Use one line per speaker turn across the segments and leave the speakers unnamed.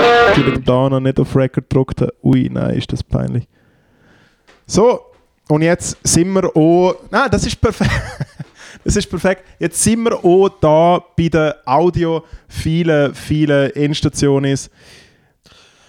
natürlich da noch nicht auf Record gedruckt habe. Ui, nein, ist das peinlich. So, und jetzt sind wir auch. Nein, das ist perfekt. Das ist perfekt. Jetzt sind wir auch da bei der Audio vielen, vielen Endstationen.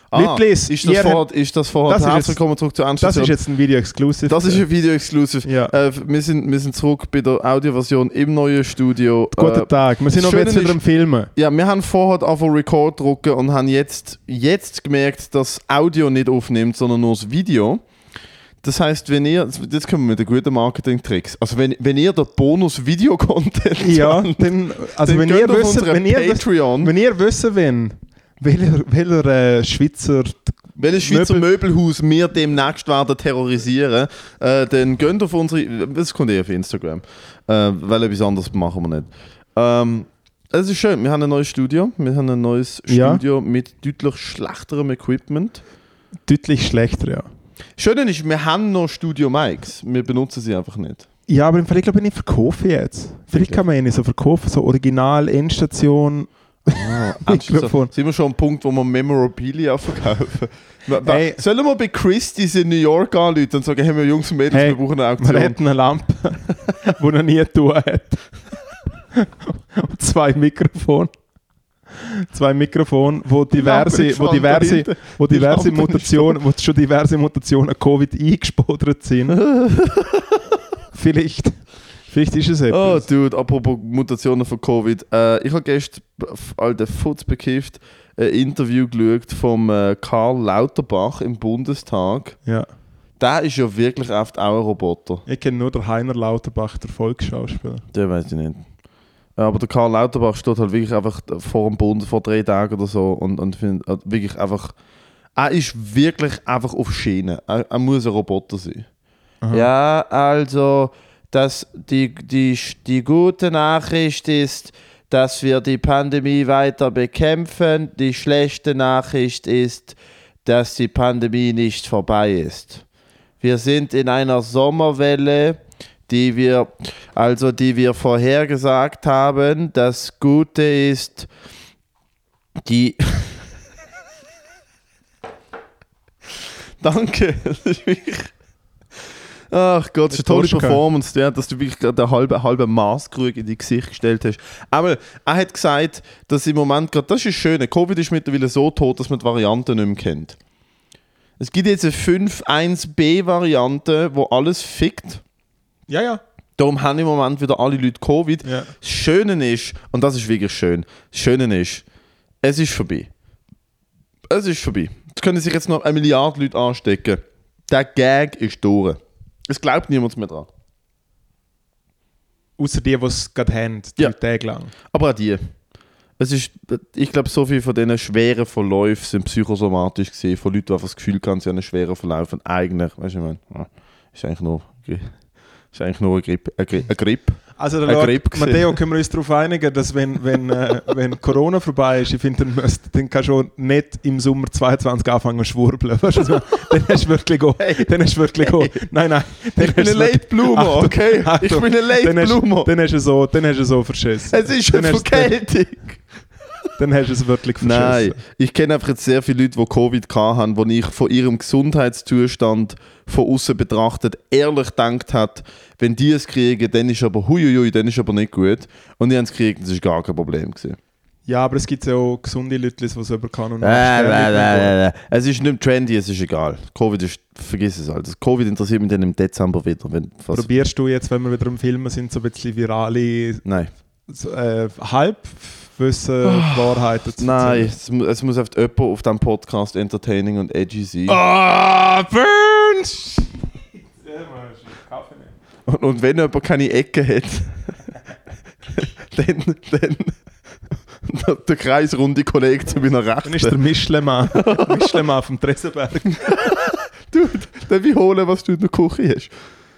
Leutlis,
Ah, ist
ihr
das
habt-
vorher, ist das vorher,
Das ist
herzlich
jetzt-
willkommen zurück zu
Das ist
Endstation.
jetzt ein Video-Exclusive.
Das ist ein Video-Exclusive.
Ja.
Äh, wir, sind, wir sind zurück bei der Audioversion im neuen Studio.
Guten
äh,
Tag. Wir sind
das
aber jetzt
Schöne
wieder
ist-
am Filmen.
Ja, wir haben vorher auf Record drucken und haben jetzt, jetzt gemerkt, dass Audio nicht aufnimmt, sondern nur das Video. Das heißt, wenn ihr, jetzt kommen wir mit den guten Marketing-Tricks. Also, wenn, wenn ihr den Bonus-Video-Content
Ja,
habt,
dann, also
dann
wenn,
geht
ihr
auf
wissen,
unseren
wenn, ihr wissen,
Patreon,
wenn ihr wissen wollt, welcher, welcher äh, Schweizer
welches Schweizer Möbelhaus wir demnächst werden terrorisieren, äh, dann geht auf unsere, das kommt eher auf Instagram, äh, weil etwas anderes machen wir nicht. Ähm, es ist schön, wir haben ein neues Studio, wir haben ein neues
Ja.
Studio mit deutlich schlechterem Equipment.
deutlich schlechter, ja.
Schön ist, wir haben noch Studio Mics, wir benutzen sie einfach nicht.
Ja, aber im Fall, ich glaube, ich verkaufe jetzt. Vielleicht kann man ihn so verkaufen, so Original, Endstation. Ah, Mikrofon.
So, sind wir schon am Punkt, wo wir Memorabilia verkaufen? Wa- wa-
Hey.
Sollen wir bei Christie's in New York anrufen und sagen, hey, wir Jungs und Mädels,
Hey,
wir brauchen
Man
eine Auktion?
hat eine Lampe, die noch nie getan hat. Und zwei Mikrofone. Zwei Mikrofone, wo diverse, wo
Lampe
diverse,
gestanden
wo
Die
diverse
Lampe ist
Mutationen, wo schon diverse Mutationen an Covid eingespodert sind. vielleicht, vielleicht ist es
Oh,
etwas.
Dude, apropos Mutationen von Covid. Äh, ich habe gestern, f- alter Futz bekifft, ein Interview geschaut vom äh, Karl Lauterbach im Bundestag.
Ja.
Der ist ja wirklich oft auch ein Roboter.
Ich kenne nur den Heiner Lauterbach, der Volksschauspieler.
Den weiß ich nicht. Äh, Aber der Karl Lauterbach steht halt wirklich einfach vor dem Bund vor drei Tagen oder so und, und findet halt wirklich einfach. Er ist wirklich einfach auf Schiene. Er, er muss ein Roboter sein. Ja, also das, die, die, die gute Nachricht ist, dass wir die Pandemie weiter bekämpfen. Die schlechte Nachricht ist, dass die Pandemie nicht vorbei ist. Wir sind in einer Sommerwelle, die wir, also die wir vorhergesagt haben. Das Gute ist, die. Danke. Das ist wirklich- Ach Gott, das ist eine tolle
Toschka.
Performance, ja, dass du wirklich gerade einen halben, halben Maßkrug in dein Gesicht gestellt hast. Aber er hat gesagt, dass im Moment gerade, das ist schön, Covid ist mittlerweile so tot, dass man die Varianten nicht mehr kennt. Es gibt jetzt eine 5.1b-Variante, wo alles fickt.
Ja, ja.
Darum haben im Moment wieder alle Leute Covid.
Ja.
Das Schöne ist, und das ist wirklich schön, das Schöne ist, es ist vorbei. Es ist vorbei. Es können sich jetzt noch eine Milliarde Leute anstecken. Der Gag ist durch. Es glaubt niemand mehr dran.
Außer die, die es gerade haben,
Ja.
drei Tage lang.
Aber auch die. Es ist, ich glaube, so viel von diesen schweren Verläufen sind psychosomatisch gesehen, von Leuten, die einfach das Gefühl haben, sie haben einen schweren Verlauf und eigentlich, weißt du, ich meine, ja, ist eigentlich nur, ist eigentlich nur eine Grippe. Eine Gri- eine Grippe.
Also, der
Ein
Lord,
Grip gewesen.
Matteo, können wir uns darauf einigen, dass wenn, wenn, äh, wenn Corona vorbei ist, ich finde, dann, müsst, dann kannst du auch nicht im Sommer 22 anfangen zu schwurbeln. Weißt du, was ich meine? dann hast du wirklich auch, dann hast du wirklich auch, nein, nein. Dann
Ich bin
hast du wirklich-
ein Late Bloomer,
Achtung,
okay? Ich
Achtung,
bin ein Late
dann hast,
Bloomer.
Dann hast du so, dann hast du so verschissen.
Es ist
dann
eine
hast, dann,
Verkältung.
dann hast du es wirklich verschissen.
Nein, ich kenne einfach jetzt sehr viele Leute, die Covid hatten, wo ich von ihrem Gesundheitszustand von außen betrachtet ehrlich gedacht hat, wenn die es kriegen, dann ist aber huiuiui, dann ist aber nicht gut. Und die haben es gekriegt, das ist gar kein Problem gewesen.
Ja, aber es gibt ja auch gesunde Leute, die es über Kanon
Äh, äh, äh, äh. Es ist nicht trendy, es ist egal. Covid ist, vergiss es halt. Das Covid interessiert mich dann im Dezember wieder. Wenn, was,
Probierst du jetzt, wenn wir wieder im Filmen sind, so ein bisschen virale
nein.
so, äh, Halbwissen, Wahrheiten zu
Ah, Nein,
erzählen?
es, mu- es muss auf jemand auf diesem Podcast entertaining und edgy sein.
Ah, Burns!
Und, und wenn jemand keine Ecke hat, dann, dann der, der kreisrunde Kollege zu meiner
Dann ist der
Rechten.
Mischlemann. Mischlemann vom Tresenberg.
Dann wie holen, was du in der Küche hast.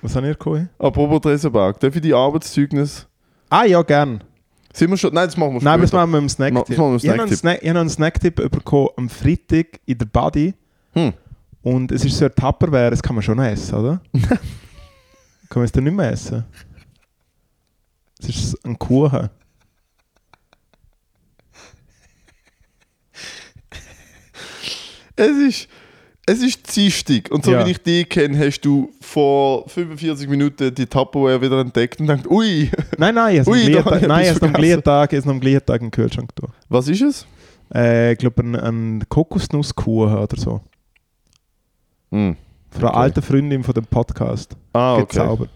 Was haben ihr geholt?
Apropos Tresenberg, darf ich die Arbeitszeugnis...
Ah ja, gern.
Sind wir schon... Nein, das machen wir
Nein, aber das
später.
machen wir im
Ma- das
Snacktipp.
machen wir im
Ich habe einen
Snacktipp.
Snack- ich habe einen Snacktipp bekommen am Freitag in der Body.
Hm.
Und es ist so ein Tupperware, das kann man schon noch essen, oder? kann man es dann nicht mehr essen? Es ist ein Kuchen.
es ist, es ist Dienstag und so
Ja.
wie ich dich kenne, hast du vor 45 Minuten die Tupperware wieder entdeckt und gedacht, ui,
Nein, nein, ich habe
Ui,
es am
da hab
Gliehtag-
ich
nein, ich hab's
etwas
am Gliehtag- ich hab's am Gliehtag im Kühlschrank getan.
was ist es?
Äh, ich glaube, ein, ein Kokosnusskuchen oder so. Von einer
Okay.
alten Freundin von dem Podcast.
Hm. Ah, okay.
Gezaubert.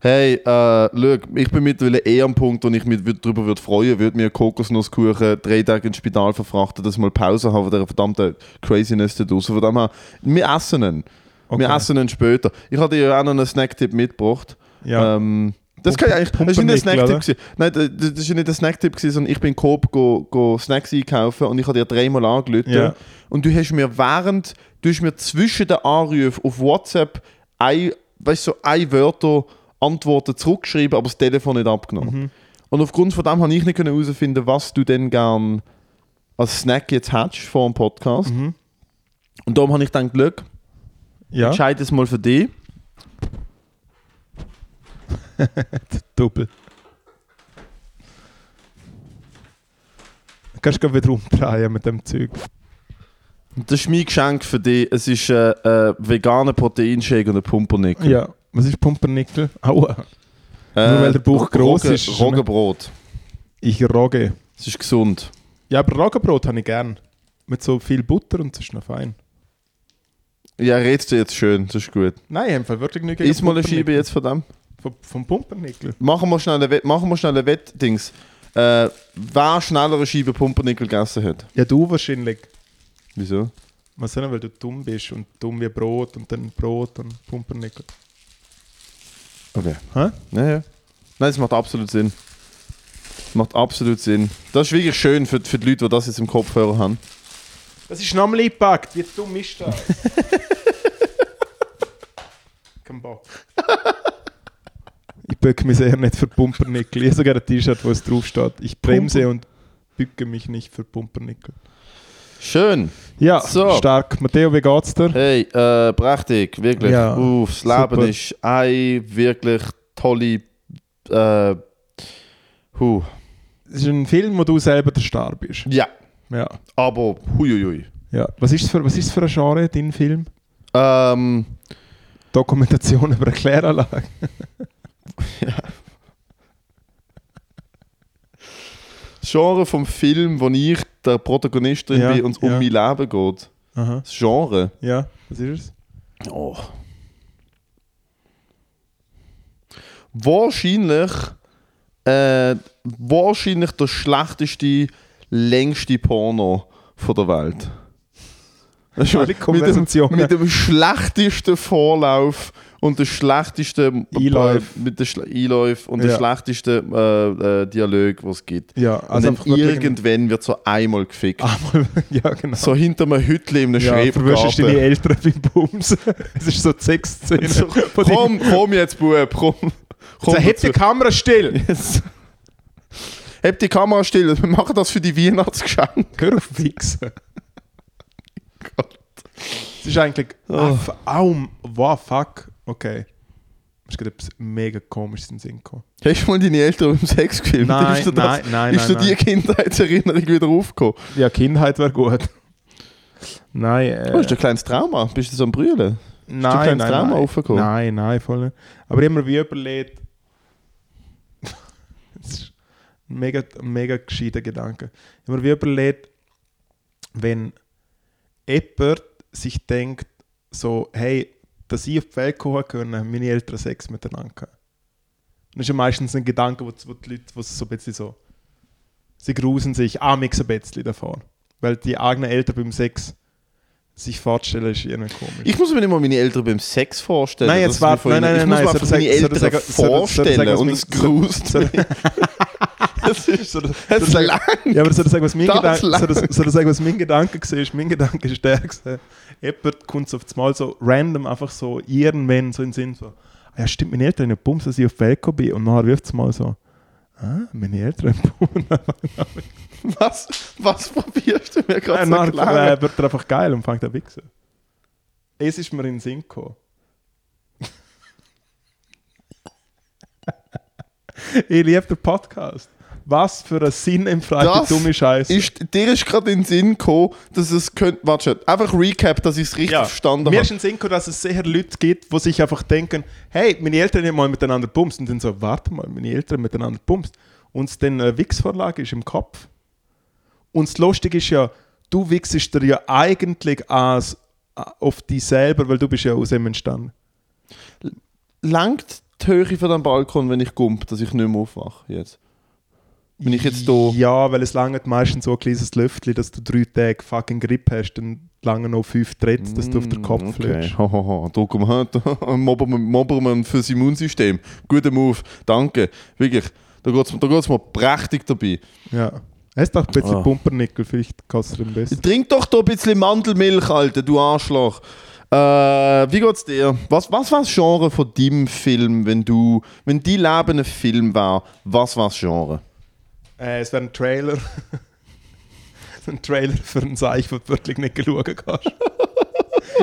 Hey, äh, schau, ich bin mittlerweile eher am Punkt, wo ich mich wür- darüber würde freuen, würde mir Kokosnusskuchen drei Tage ins Spital verfrachten, dass ich mal Pause habe von dieser verdammten Craziness da draußen. Von dem her, wir essen ihn. Wir essen ihn später. Ich hatte ja auch noch einen Snacktipp mitgebracht.
Ja.
Ähm, das,
Pumpe-
kann ich eigentlich, das ist nicht ein
Pumpernickel,
Snacktipp.
oder?
gewesen. Nein, das- das das ist nicht ein Snacktipp, gewesen, sondern ich bin in Coop go, go Snacks einkaufen und ich habe dir dreimal angelötet.
Ja.
Und du hast mir während, du hast mir zwischen den Anrufen auf WhatsApp ein, weißt, so ein Wörter Antworten zurückgeschrieben, aber das Telefon nicht abgenommen.
Mhm.
Und aufgrund von dem habe ich nicht herausfinden, was du denn gern als Snack jetzt hättest vor dem Podcast.
Mhm.
Und darum habe ich dann Glück,
Ja,
entscheide es mal für dich.
doppel. Du kannst du wieder umdrehen mit dem Zeug.
Das ist mein Geschenk für dich. Es ist ein äh, veganer Proteinshake und ein Pumpernickel.
Ja. Was ist Pumpernickel? Aua.
Äh,
Nur weil der Bauch gross
Roggen-
ist.
Roggenbrot.
Ich roge.
Es ist gesund.
Ja, aber Roggenbrot habe ich gern. Mit so viel Butter und das ist noch fein.
Ja, redest du jetzt schön, das ist gut.
Nein, ich habe wirklich nicht
Iss mal eine Scheibe jetzt von dem.
Vom, vom Pumpernickel.
Machen wir schnell ein Wett- machen wir schnell ein Wettdings. Äh, wer schneller eine Scheibe Pumpernickel gegessen hat.
Ja, du wahrscheinlich.
Wieso?
Was soll denn, weil du dumm bist und dumm wie Brot und dann Brot und Pumpernickel.
Okay.
Hä?
Ja, ja. Nein, das macht absolut Sinn. Macht absolut Sinn. Das ist wirklich schön für, für die Leute, die das jetzt im Kopfhörer haben.
Das ist nochmal eingepackt, wie dumm ist das? Kein Bock. ich bücke mich sehr nicht für Pumpernickel. Ich habe sogar ein T-Shirt, wo es draufsteht. Ich bremse und bücke mich nicht für Pumpernickel.
Schön.
Ja,
So.
stark. Matteo, wie geht's dir?
Hey, äh, prächtig, wirklich.
Ja,
Uff, das Leben
super.
ist eine wirklich tolle. Äh, hu.
Es ist ein Film, wo du selber der Star bist.
Ja,
Ja.
aber huiuiui.
ja. Was ist es für, was ist es für ein Genre, dein Film?
Ähm,
Dokumentation über eine Kläranlage.
das Genre vom Film, wo ich der Protagonist drin
Ja,
bin und es um
ja.
mein Leben geht.
Aha.
Das Genre.
Ja, was ist es?
Oh. Wahrscheinlich, äh, wahrscheinlich der schlechteste, längste Porno von der Welt. Das ist
Alle
mit, dem,
Konversationen.
mit dem schlechtesten Vorlauf und der schlechtesten
Einläuf.
mit der Schle Einläuf und der
Ja.
schlechtesten äh, äh, Dialog, was es gibt.
Ja, also
und
einfach
dann
wirklich
irgendwann wird so einmal gefickt.
ein- einmal, ja genau.
So hinter einem Hütli in einem
Ja, verwischst deine
Schrebergarten.
Eltern beim Bums. Es ist so die Sexszene.
So,
von deinem-
Also, komm, komm jetzt, Bub, komm. komm
Jetzt hält
dazu.
die Kamera still.
Yes. Hab die Kamera still, wir machen das für die Weihnachtsgeschenke.
Hör auf Wichsen.
Gott.
Es ist eigentlich...
Oh.
Ah, f- Aum. Wow, fuck. Okay. Mir ist gerade etwas mega komisches in den Sinn gekommen.
Hast du mal deine Eltern beim Sex gefilmt?
Nein,
ist dir
nein, nein,
Ist
nein,
dir die Kindheitserinnerung wieder aufgekommen?
Ja, Kindheit wäre gut. Nein, äh,
Oh, ist ein kleines Trauma? Bist du so am Brüllen? ein
nein,
kleines
nein,
Trauma
nein.
aufgekommen?
Nein, nein, voll nicht. Aber ich habe mir wie überlegt... das ist ein mega, ein mega gescheiter Gedanke. Ich habe mir wie überlegt, wenn jemand sich denkt, so, hey, dass ich auf die Welt kommen können, haben meine Eltern Sex miteinander gehabt. Und Das ist ja meistens ein Gedanke, wo, wo die Leute wo sie so ein bisschen so, sie grusen sich amix ein bisschen davon. Weil die eigenen Eltern beim Sex sich vorstellen, ist irgendwie komisch.
Ich muss mir nicht mal meine Eltern beim Sex vorstellen.
Nein, jetzt
Das
warte,
ist mir
nein, nein, nein,
vorhin- Ich muss
soll
mir
das
einfach meine
sagen- soll das
Eltern
sagen- soll das- soll das
vorstellen
sagen, was
und
mein-
es grust
soll-
mich. Das ist so... Das
soll- Ja, aber soll ich sagen, was mein,
Das
Gedanke,
lang.
soll ich, soll ich sagen, was mein Gedanke war? ist? Mein Gedanke ist der, gewesen, jemand kommt so auf das Mal so random, einfach so irgendwann so in den Sinn so, «Ah ja stimmt, meine Eltern haben ja Bums, dass ich auf die Welt gekommen bin. Und nachher wirft es mal so, ah, meine Eltern haben Bums.
Was, was probierst du mir gerade
Und
zu
nachher
erklären?
äh, wird er einfach geil und fängt an wichsen. Es ist mir in den Sinn gekommen. ich liebe den Podcast. Was für ein Sinn im Freitag,
Das
dumme Scheiße.
Ist, dir ist gerade in den Sinn gekommen, dass es könnte. Warte, schon, einfach Recap, dass ich es richtig verstanden
Mir
habe.
ist ein Sinn gekommen, dass es sicher Leute gibt, die sich einfach denken, hey, meine Eltern haben mal miteinander bumst. Und dann so, warte mal, meine Eltern haben miteinander bumst. Und dann eine Wichsvorlage ist im Kopf. Und das Lustige ist ja, du wichsest dir ja eigentlich als, äh, auf dich selber, weil du bist ja aus ihm entstanden.
Langt die Höhe von dem Balkon, wenn ich gump, dass ich nicht mehr aufwache jetzt? Bin ich jetzt da?
Ja, weil es lange meistens so ein kleines Lüftchen, dass du drei Tage fucking Grip hast, dann lange noch fünf Tritt, dass du auf den
Mm,
Kopf fliegst.
fliegst. Mobbermann fürs Immunsystem. Guter Move, danke. Wirklich, da geht es da geht's mir prächtig dabei.
Ja. Es ist doch ein bisschen
Ah.
Pumpernickel, vielleicht kannst du ihn besser.
Trink doch da ein bisschen Mandelmilch, Alter, du Arschloch. Äh, wie geht's dir? Was, was war das Genre von deinem Film, wenn du, wenn dein Leben ein Film war, was war das Genre?
Äh, es wäre ein Trailer. ein Trailer für einen Seich, den du wirklich nicht schauen kannst.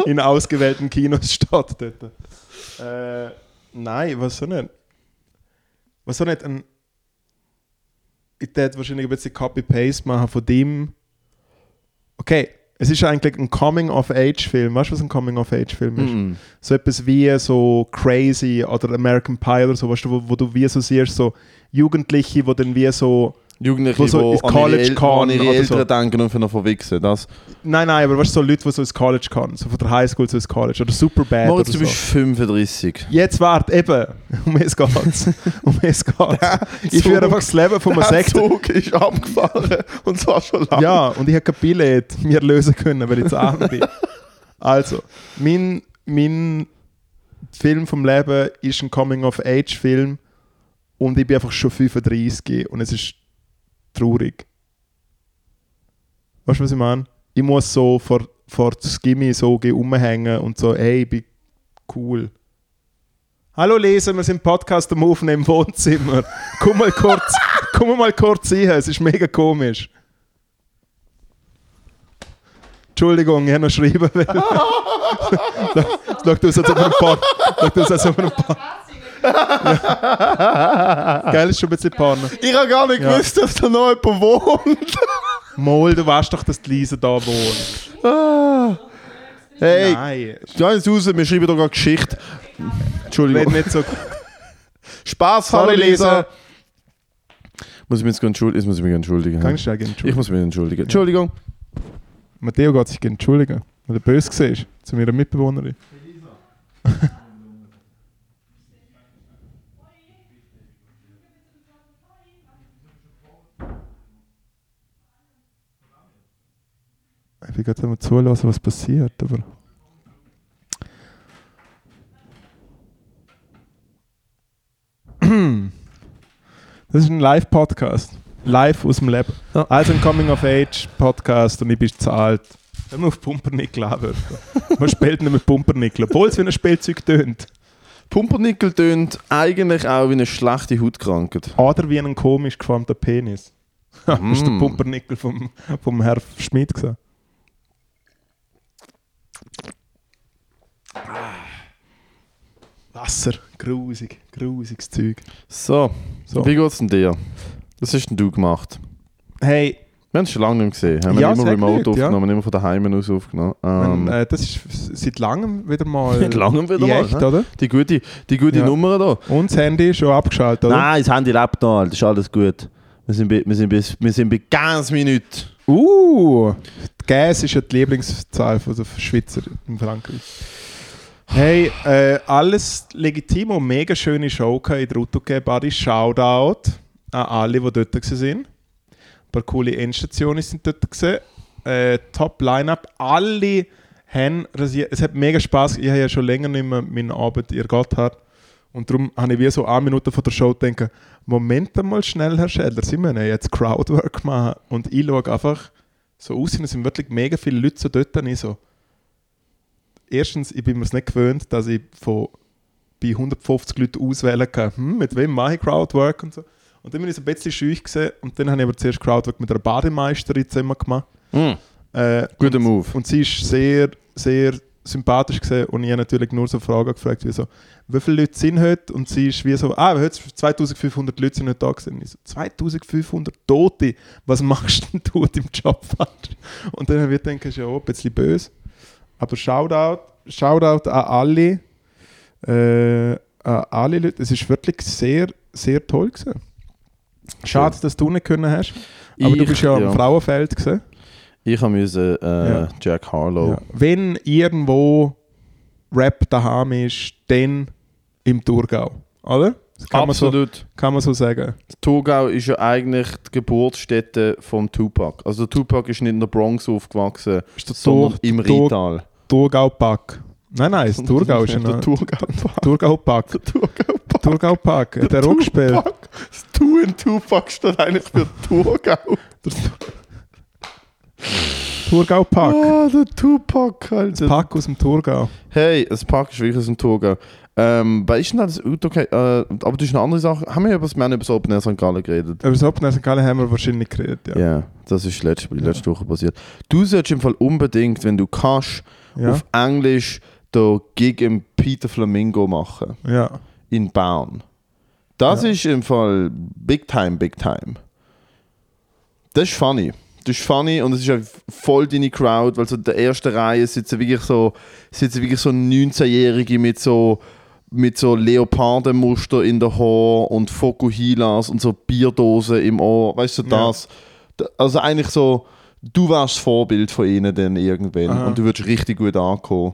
In ausgewählten Kinos steht dort. Äh, nein, was so nicht. Was so nicht ein. Ich hätte wahrscheinlich ein bisschen Copy-Paste machen von dem. Okay, es ist eigentlich ein Coming-of-Age-Film. Weißt du, was ein Coming-of-Age-Film ist?
Mhm.
so etwas wie so Crazy oder American Pie oder so, weißt du, wo, wo du wie so siehst, so Jugendliche, wo dann wie so,
Jugendliche,
Wo so
die
ins
an
College
ihre, El-
kann
an ihre
oder
Eltern
so.
denken und für noch verwichsen. Das.
nein, nein, aber weißt du, so Leute, die so ins College kommen, so von der Highschool zu ins College oder Superbad
Moritz,
oder
du
Äh, so.
bist 35.
Jetzt wart, eben, um es geht's, um es geht's. Ich führe einfach das Leben von einem
Der
Sektor.
Zug ist abgefahren und zwar schon lange.
Ja, und ich habe kein Billett mir lösen können, weil ich zu arm bin. Also, mein, mein Film vom Leben ist ein Coming-of-Age-Film und ich bin einfach schon 35 und es ist traurig. Weißt du, was ich meine? Ich muss so vor, vor das Gimmi so gehen rumhängen und so, hey, ich bin cool. Hallo Leser, wir sind Podcast am Aufnehmen im Wohnzimmer. Komm mal kurz, komm mal kurz rein, es ist mega komisch. Entschuldigung, ich habe noch schreiben will. Schau, du hast jetzt auf einen Porn. Schau, du hast jetzt auf einen Porn. Geil, ist schon ein bisschen Porn.
Ich habe gar nicht
Ja.
gewusst, dass da noch jemand wohnt.
Mol, du weißt doch, dass die Lisa da wohnt.
Ah. Hey,
Nein,
geh jetzt raus, wir schreiben doch gerade Geschichte.
red
Entschuldigung.
nicht so.
Spaß,
Sorry,
Falle lesen.
Lisa.
Muss ich mich jetzt entschuldigen? Jetzt muss ich mich entschuldigen.
Kann ich dich
Ich
entschuldigen?
muss mich entschuldigen. Entschuldigung.
Matteo geht sich gerne entschuldigen, weil er böse war zu meiner Mitbewohnerin. Ich will gerade mal zulassen, was passiert, aber. Das ist ein Live-Podcast. Live aus dem Lab.
Ja.
Also ein Coming-of-Age-Podcast und ich bin zu alt. Hör mal auf Pumpernickel an. Man spielt nicht mit Pumpernickel, obwohl es wie ein Spielzeug tönt.
Pumpernickel tönt eigentlich auch wie eine schlechte Hautkrankheit.
Oder wie ein komisch geformter Penis. das
Mm.
ist der Pumpernickel vom, vom Herr Schmidt. Gewesen. Wasser, grusig, grusiges Zeug.
So,
So.
wie geht's denn dir? Was hast denn du gemacht?
Hey,
Wir haben es schon lange nicht mehr gesehen. Haben
Ja,
wir immer
sehr
remote
gut, ja.
aufgenommen, immer von daheim aus aufgenommen. Ähm,
man, äh, das ist seit langem wieder mal.
Seit langem wieder
in
mal,
Echt,
ne?
oder?
die gute, die gute
Ja.
Nummer da.
Und das Handy ist schon abgeschaltet, oder?
Nein, das Handy lebt noch, Alter. ist alles gut. Wir sind bei, wir sind bei, wir sind bei ganz Minuten.
Uh, die Gas ist ja die Lieblingszahl von der Schweizer in Frankreich. Hey, äh, alles legitim und mega schöne Show gehabt in der Autokebari. Shoutout an alle, die dort waren. Ein paar coole Endstationen sind dort. gewesen. Äh, top Lineup. Alle haben rasiert. Es hat mega Spaß. Ich habe ja schon länger nicht mehr meinen Abend ihr Gotthard. Und darum habe ich wie so eine Minute von der Show denken, Moment mal schnell, Herr Schädler, Sie müssen jetzt Crowdwork machen. Und ich schaue einfach so aus, und es sind wirklich mega viele Leute so dort. Und ich so, erstens, ich bin mir es nicht gewöhnt, dass ich von bei 150 Leuten auswählen kann, hm, mit wem mache ich Crowdwork und so. Und dann bin ich so ein bisschen scheu gewesen. Und dann habe ich aber zuerst Crowdwork mit einer Bademeisterin zusammen gemacht.
Mhm.
Äh,
Guter Move.
und sie ist sehr, sehr sympathisch gesehen und ich habe natürlich nur so Fragen gefragt, wie so, wie viele Leute sind heute? Und sie ist wie so, ah, heute sind 2500 Leute sind heute da gewesen. Und ich so, 2500 Tote? Was machst denn du mit dem Job falsch? Und dann wird denken, ja, ein bisschen böse. Aber Shoutout, Shoutout an alle, äh, an alle Leute. Es ist wirklich sehr, sehr toll gewesen. Schade, dass du nicht können hast. Aber du
Ich-
bist ja,
ja.
am Frauenfeld gesehen.
Ich musste äh,
Ja.
Jack Harlow.
Ja. Wenn irgendwo Rap daheim ist, dann im Thurgau. Oder? Das kann, man so,
Absolut.
kann man so sagen.
Thurgau ist ja eigentlich die Geburtsstätte vom Tupac. Also Tupac ist nicht in der Bronx aufgewachsen,
Ist der
sondern
Thur,
im
Thur-
Rital.
Thurgau-Pack? Nein, nein, das Thurgau ist ja
der
noch.
Thurgau.
Thurgau-Pack. Thurgau-Pack. Hat er auch gespielt?
Das Tu in Tupac steht eigentlich für Thurgau.
Thurgau-Pack.
Ah, der Tupac,
Das
Alter.
Pack aus dem Thurgau.
Hey, das Pack ist wirklich aus dem Thurgau. Ähm, bei ist denn das Auto? Okay, äh, aber das ist eine andere Sache. Haben wir ja über das, wir haben über das Open Air St. Gallen geredet?
Über das Open Air St. Gallen haben wir wahrscheinlich geredet. Ja.
Ja, das ist letzte, letzte Woche passiert. Du solltest im Fall unbedingt, wenn du kannst,
Ja.
auf Englisch den Gig im Peter Flamingo machen.
ja.
In Bern. Das
Ja.
ist im Fall Big Time, Big Time. Das ist funny. Das ist funny und es ist halt voll deine Crowd, weil so in der ersten Reihe sitzen wirklich so, sitzen wirklich so 19-Jährige mit so mit so Leopardenmuster in der Haar und Fokuhilas und so Bierdosen im Ohr, weißt du
Ja.
das? D- Also eigentlich so, du wärst das Vorbild von ihnen dann irgendwann
Aha.
und du würdest richtig gut ankommen.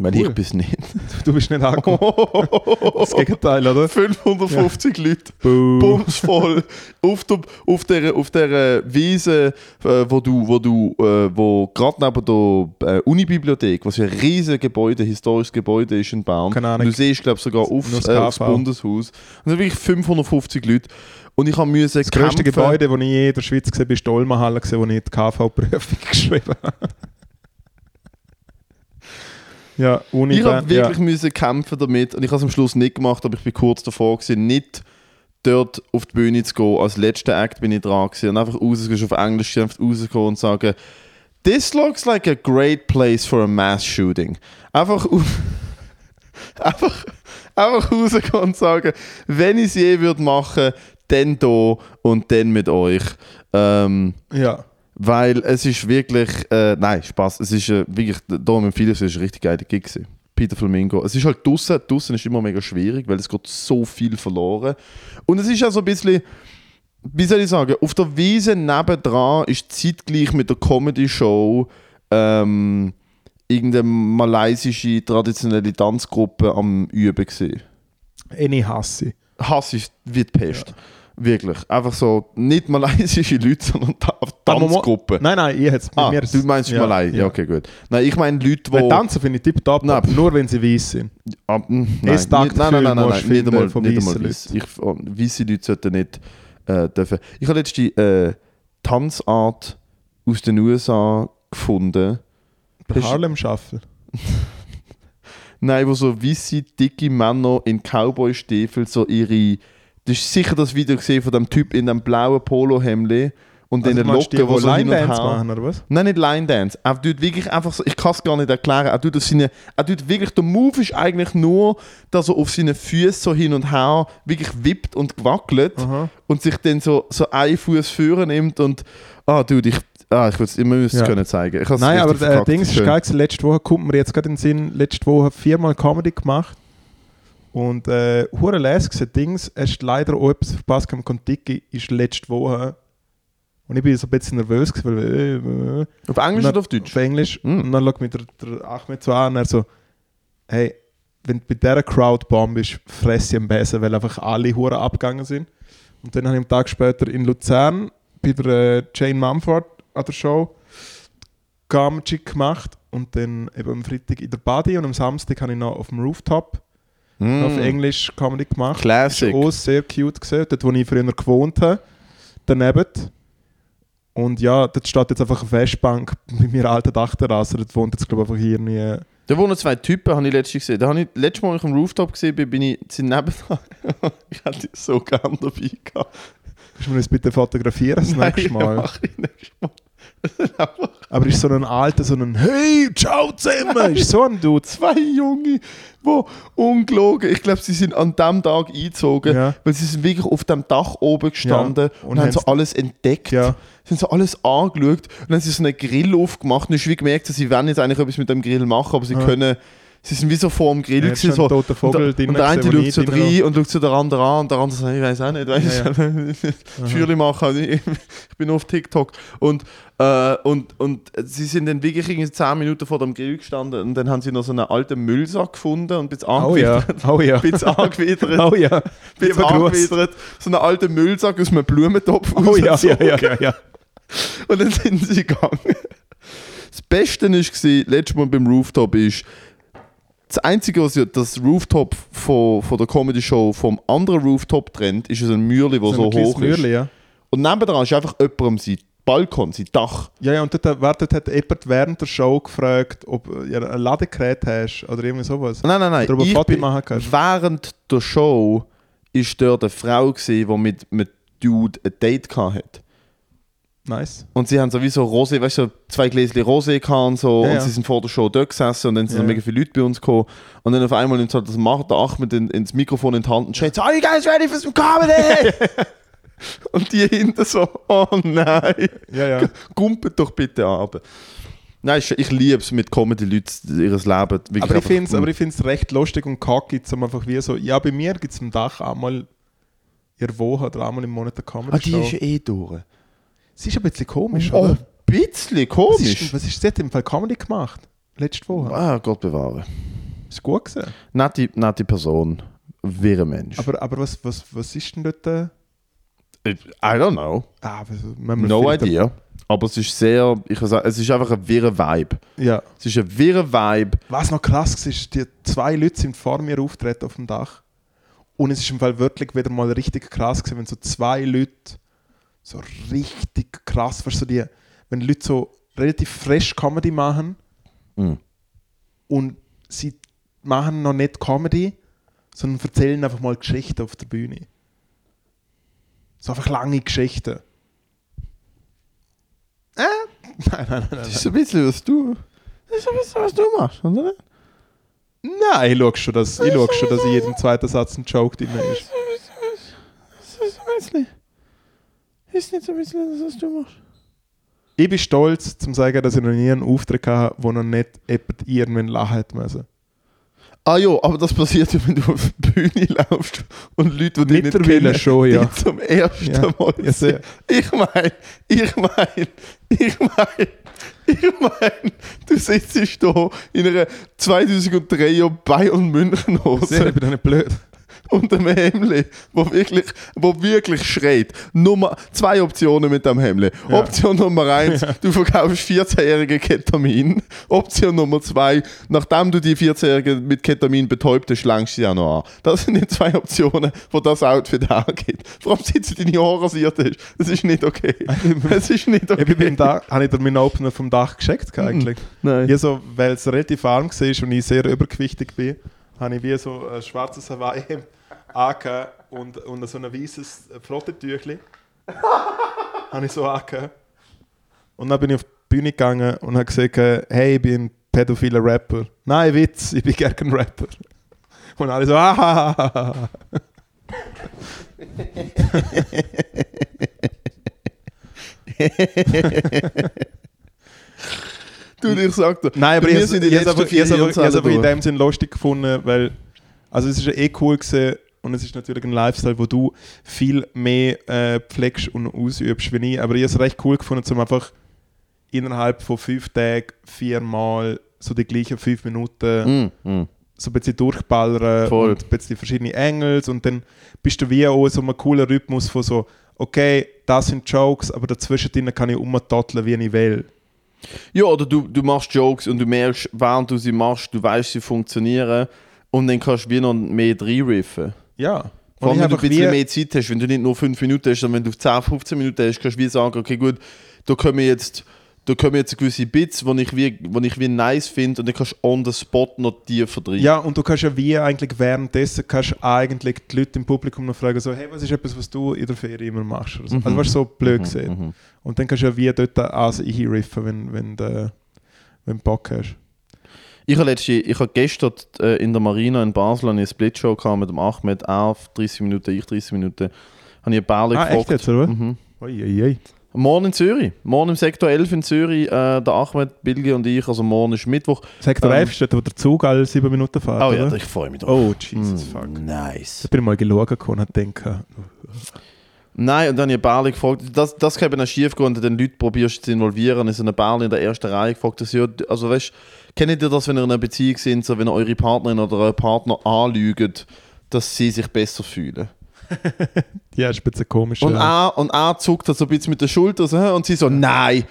Weil
Cool.
ich bin's nicht.
Du bist nicht angekommen. Das Gegenteil, oder?
550 Leute,
Boom.
bumsvoll, auf der, auf der, auf der äh, Wiese, äh, wo du, wo du, äh, wo gerade neben der äh, Unibibliothek, was ja ein riesiges Gebäude, historisches Gebäude ist in Bern,
Keine Ahnung.
du siehst, glaube ich, sogar auf,
Nur das
äh, aufs
KV.
Bundeshaus, und sind wirklich 550 Leute und ich habe müssen
Das größte
kämpfen.
Gebäude, das ich je in der Schweiz gesehen habe, ist die Olmahalle, gewesen, wo ich die KV-Prüfung geschrieben habe. ja, Uni
Ich habe
Bern,
wirklich müssen kämpfen damit und ich habe es am Schluss nicht gemacht, aber ich bin kurz davor gewesen, nicht dort auf die Bühne zu gehen. Als letzter Act bin ich dran gewesen und einfach rausgehen, auf Englisch einfach rausgehen und sagen, This looks like a great place for a mass shooting. Einfach auf einfach, einfach rausgehen und sagen, wenn ich es je würde machen, dann da und dann mit euch. Ähm,
ja. ja.
weil es ist wirklich, äh, nein, Spaß, es ist äh, wirklich, da mit Philips ist ein richtig geiler Gig gewesen. Peter Flamingo. Es ist halt draußen, draußen ist immer mega schwierig, weil es geht so viel verloren. Und es ist auch so ein bisschen, wie soll ich sagen, auf der Wiese nebendran ist zeitgleich mit der Comedy-Show ähm, irgendeine malaysische traditionelle Tanzgruppe am Üben gewesen.
Eine hasse.
Hass ist wie die Pest. Wirklich. Einfach so, nicht malaysische Leute, sondern Ta
Aber mo-
Tanzgruppen.
Nein, nein, ich jetzt
Ah, du meinst ja, Malai. Ja, okay, gut. Nein, ich meine Leute,
Weil
die...
tanzen finde ich tipptopp,
Nein, pff.
nur wenn sie weiß sind.
Ah, mh, nein,
Es
nicht- nein,
Taktgefühl
nein, nein, nein,
musst
nein, nicht
finden
einmal,
von
nicht einmal
weissen
weiss. Ich, oh, weisse Leute sollten nicht äh, dürfen. Ich habe letztens die äh, Tanzart aus den USA gefunden.
Der
Hast-
Harlem Shuffle.
Nein, wo so weisse, dicke Männer in Cowboy-Stiefeln so ihre... Das ist sicher das Video gesehen von dem Typ in dem blauen Polo-Hemd und
Also
den
du meinst
Locken,
die,
wo
die
so hin und her...
Line-Dance machen, oder was?
Nein, nicht Line Dance. Er tut wirklich einfach so, ich kann es gar nicht erklären. Er tut, auf seine, er tut wirklich, der Move ist eigentlich nur, dass er auf seinen Füßen so hin und her wirklich wippt und wackelt
Aha.
und sich dann so, so einen Fuß führen nimmt und, ah, dude, ich, ah, ich würde es immer müssen
Ja.
können zeigen. Ich hab's
Nein, aber
richtig
der
verkackt.
Dings ist
Schön.
geil. gewesen. Letzte Woche kommt mir jetzt gerade in den Sinn, letzte Woche viermal Comedy gemacht. Und äh, hure lässig gewesen. Dings, hast leider auch etwas verpasst. Am Kontiki ist letzte Woche. Und ich bin so ein bisschen nervös, gewesen, weil äh, äh,
Auf Englisch
Na-
oder auf Deutsch?
auf Englisch.
Mm.
Und dann schaut mich der, der Ahmed so an und er so, hey, wenn du bei dieser Crowd Bomb bist, fress ich am besten, weil einfach alle Huren abgegangen sind. Und dann habe ich einen Tag später in Luzern bei der äh, Jane Mumford an der Show Comedy gemacht und dann eben am Freitag in der Body und am Samstag habe ich noch auf dem Rooftop
Mm.
auf Englisch Comedy gemacht.
Classic.
Auch sehr cute gesehen, dort wo ich früher gewohnt habe, daneben. Und ja, dort steht jetzt einfach eine Festbank mit meiner alten Dachterrasse, dort wohnt jetzt glaube ich einfach hier nie.
Da wohnen zwei Typen, habe ich letztens gesehen. Da habe ich, letztes Mal, als ich am Rooftop gesehen bin, bin ich sind nebenan. ich hätte so gerne dabei gehabt.
Kannst du mir das bitte fotografieren das nächste Mal?
mach ich nächstes Mal.
Aber ist so ein alter, so ein Hey, ciao zusammen, ist so ein Dude.
Zwei Junge, die ungelogen, ich glaube, sie sind an dem Tag eingezogen,
Ja.
weil sie sind wirklich auf dem Dach oben gestanden
Ja.
und,
Und
haben
haben's-
so alles entdeckt.
Ja.
Sie haben so alles angeschaut und dann haben sie so einen Grill aufgemacht und ich habe gemerkt, dass sie wollen jetzt eigentlich etwas mit dem Grill machen, aber sie
Ja.
können, sie sind wie so vor dem Grill
Ja,
gewesen,
jetzt
so,
schon ein toter Vogel
und, der-
drin
und der eine
gewesen, wo
schaut so
nicht drin
rein und schaut so der andere an und der andere sagt, ich weiß auch nicht, weißt
Ja,
du, Führli machen, also ich, ich bin nur auf TikTok und, äh, und, und sie sind dann wirklich irgendwie 10 Minuten vor dem Grill gestanden und dann haben sie noch so einen alten Müllsack gefunden und ein bisschen
Oh ja, oh ja,
Bitz angewidert,
oh ja.
bitz
Lieber Gruß.
angewidert, so einen alten Müllsack aus einem Blumentopf
Oh ja, ja,
rausgezogen.
ja, ja, ja.
Und dann sind sie gegangen. Das Beste war, letztes Mal beim Rooftop ist, das Einzige, was ja das Rooftop von, von der Comedy Show vom anderen Rooftop trennt, ist so ein Mürli, wo so,
ein kleines
hoch
Mürli,
ist.
ja.
Und nebendran ist einfach jemand sein Balkon, sein Dach.
Ja, ja, und dort, wartet, hat jemand während der Show gefragt, ob du ja, ein Ladegerät hast oder irgendwie sowas.
Nein, nein, nein.
Darüber
ich
Foto
bin-
machen kannst.
Während der Show war dort eine Frau, gewesen, die mit einem Dude ein Date hatte.
Nice.
Und sie haben sowieso Rosé, weißt du, so zwei Gläschen Rosé gehabt und so.
Ja,
und
ja.
sie sind vor der Show dort gesessen und dann sind
Ja,
so
ja.
mega viele Leute bei uns gekommen. Und dann auf einmal nimmt halt das macht der Achmed in, ins Mikrofon in die Hand und schreit so, Are you guys ready for some comedy? und die hinten so, oh nein,
Ja, ja.
gumpet doch bitte ab. Nein, ich, ich liebe es mit Comedy-Leuten, ihres Leben. wirklich
Aber ich
einfach-
finde es aber ich find's recht lustig und kacke, zum einfach wie so, ja, bei mir gibt es am Dach einmal ihr Woche oder einmal im Monat eine Comedy
Ah, die
Show.
ist ja eh durch.
Es ist ein bisschen komisch,
Oh,
oder?
ein bisschen
Was ist,
komisch.
was ist sie hat im Fall Comedy gemacht? Letzte Woche.
Ah, Gott bewahre.
Ist gut gewesen.
Nette, nette Person. Wirre Mensch.
Aber, aber was, was, was ist denn dort? äh,
I don't know.
Ah, was, wenn wir
No
vielleicht-
idea. Aber es ist sehr, ich kann sagen, es ist einfach ein wirrer Vibe.
Ja.
Es ist ein wirrer Vibe.
Was noch krass war, ist, die zwei Leute sind vor mir auftreten auf dem Dach. Und es ist im Fall wirklich wieder mal richtig krass gewesen, wenn so zwei Leute so richtig krass, weißt du, so die, wenn Leute so relativ fresh Comedy machen
Mhm.
und sie machen noch nicht Comedy, sondern erzählen einfach mal Geschichten auf der Bühne. So einfach lange Geschichten.
Das ist ein bisschen, was du. Das ist ein bisschen, was du machst, oder nicht?
Nein, ich schaue schon, dass, ich schaue schon, dass in jedem zweiten Satz ein Joke drin ist.
Das ist ein bisschen. Ist nicht so ein bisschen das, was du machst.
Ich bin stolz, zu sagen, dass ich noch nie einen Auftritt hatte, wo noch nicht jemand irgendwann lachen hat müssen.
Ah ja, aber das passiert ja, wenn du auf die Bühne laufst und Leute, die dich nicht
Mittlerweile
kennen,
schon, ja.
dich zum ersten
Ja.
Mal
Ja, sehr.
sehen. Ich meine, ich meine, ich meine, ich meine, du sitzt hier in einer 2003er Bayern München
Sehr,
Hose
ich bin doch nicht blöd.
und einem Hemdli, wo wirklich, wo wirklich schreit. Nummer, zwei Optionen mit dem Hemdli.
Ja.
Option Nummer eins, du verkaufst 14-jährige Ketamin. Option Nummer zwei, nachdem du die 14-jährige mit Ketamin betäubt hast, langst du sie auch noch an. Das sind die zwei Optionen, wo das Outfit angeht. Vor allem, seit du deine Haare rasiert hast. Das ist nicht okay. Es ist nicht okay.
Ich bin beim Dach, habe ich dir meinen Opener vom Dach geschickt gehabt, eigentlich.
Nein.
Ja, so, weil es relativ warm war und ich sehr übergewichtig bin, habe ich wie so ein schwarzes Hawaii angehört und, und so ein weißes Flottetüchli. habe ich so angehört. Und dann bin ich auf die Bühne gegangen und habe gesagt, äh, hey, ich bin ein pädophiler Rapper. Nein, Witz, ich bin gar kein Rapper. Und alle so, ah,
Du, ich sag dir.
Nein, aber
Bei
ich
mir
habe es
sind die letzten
einfach, ich
vier
hab's einfach, ich
Jahre
hab's einfach in
durch.
dem Sinn lustig gefunden, weil also es ist ja eh cool gewesen und es ist natürlich ein Lifestyle, wo du viel mehr äh, pflegst und ausübst wie ich. Aber ich habe es recht cool gefunden, um einfach innerhalb von fünf Tagen viermal so die gleichen fünf Minuten
Mm, mm.
so ein bisschen durchballern
Voll.
und ein bisschen verschiedene Engels und dann bist du wie auch in so einem coolen Rhythmus von so, okay, das sind Jokes, aber dazwischen drin kann ich umtotteln, wie ich will.
Ja, oder du, du machst Jokes und du merkst, während du sie machst, du weißt, sie funktionieren und dann kannst du wie noch mehr reinriffen.
Ja.
Vor
Und ich
allem, wenn du ein
einfach
bisschen
wie-
mehr Zeit hast, wenn du nicht nur 5 Minuten hast, sondern wenn du 10, 15 Minuten hast, kannst du wie sagen, okay, gut, da können wir jetzt, da kommen jetzt gewisse Bits, die ich wie, wo ich wie nice finde und dann kannst du on the spot noch tiefer drin.
Ja, und du kannst ja wie eigentlich währenddessen kannst du eigentlich die Leute im Publikum noch fragen, so, hey, was ist etwas, was du in der Ferie immer machst? Oder so. Also, weißt du, so blöd gesehen.
Mhm.
Und dann kannst du ja wie dort also einriffen, wenn, wenn, du, wenn du Bock hast.
Ich habe letzte, ich habe gestern äh, in der Marina in Basel eine Splitshow gehabt mit dem Ahmed, er auf 30 Minuten, ich 30 Minuten. Habe ich ein paar
Ah, echt
gefragt.
jetzt, oder? was?
Mhm.
Oi, oi, oi.
Morgen in Zürich. Morgen im Sektor 11 in Zürich, äh, der Ahmed, Bilge und ich. Also morgen ist Mittwoch.
Sagt der
Ähm.
Elf, wo der Zug alle sieben Minuten fährt,
Oh ja,
oder?
ich freue mich drauf.
Oh, Jesus,
Mm,
fuck.
Nice.
Ich bin mal geschaut und habe gedacht,
Nein, und dann habe ich Barli gefragt, das, das kann eben auch schief gehen, wenn du den Leuten probierst zu involvieren. Ist eine Barli in der ersten Reihe gefragt, dass, ja, also weißt kennt ihr das, wenn ihr in einer Beziehung sind, so wenn ihr eure Partnerin oder euren Partner anlügt, dass sie sich besser fühlen?
ja, ist ein bisschen komisch.
Und,
ja.
er, und er zuckt das so ein bisschen mit der Schulter so, hä? und sie so, nein!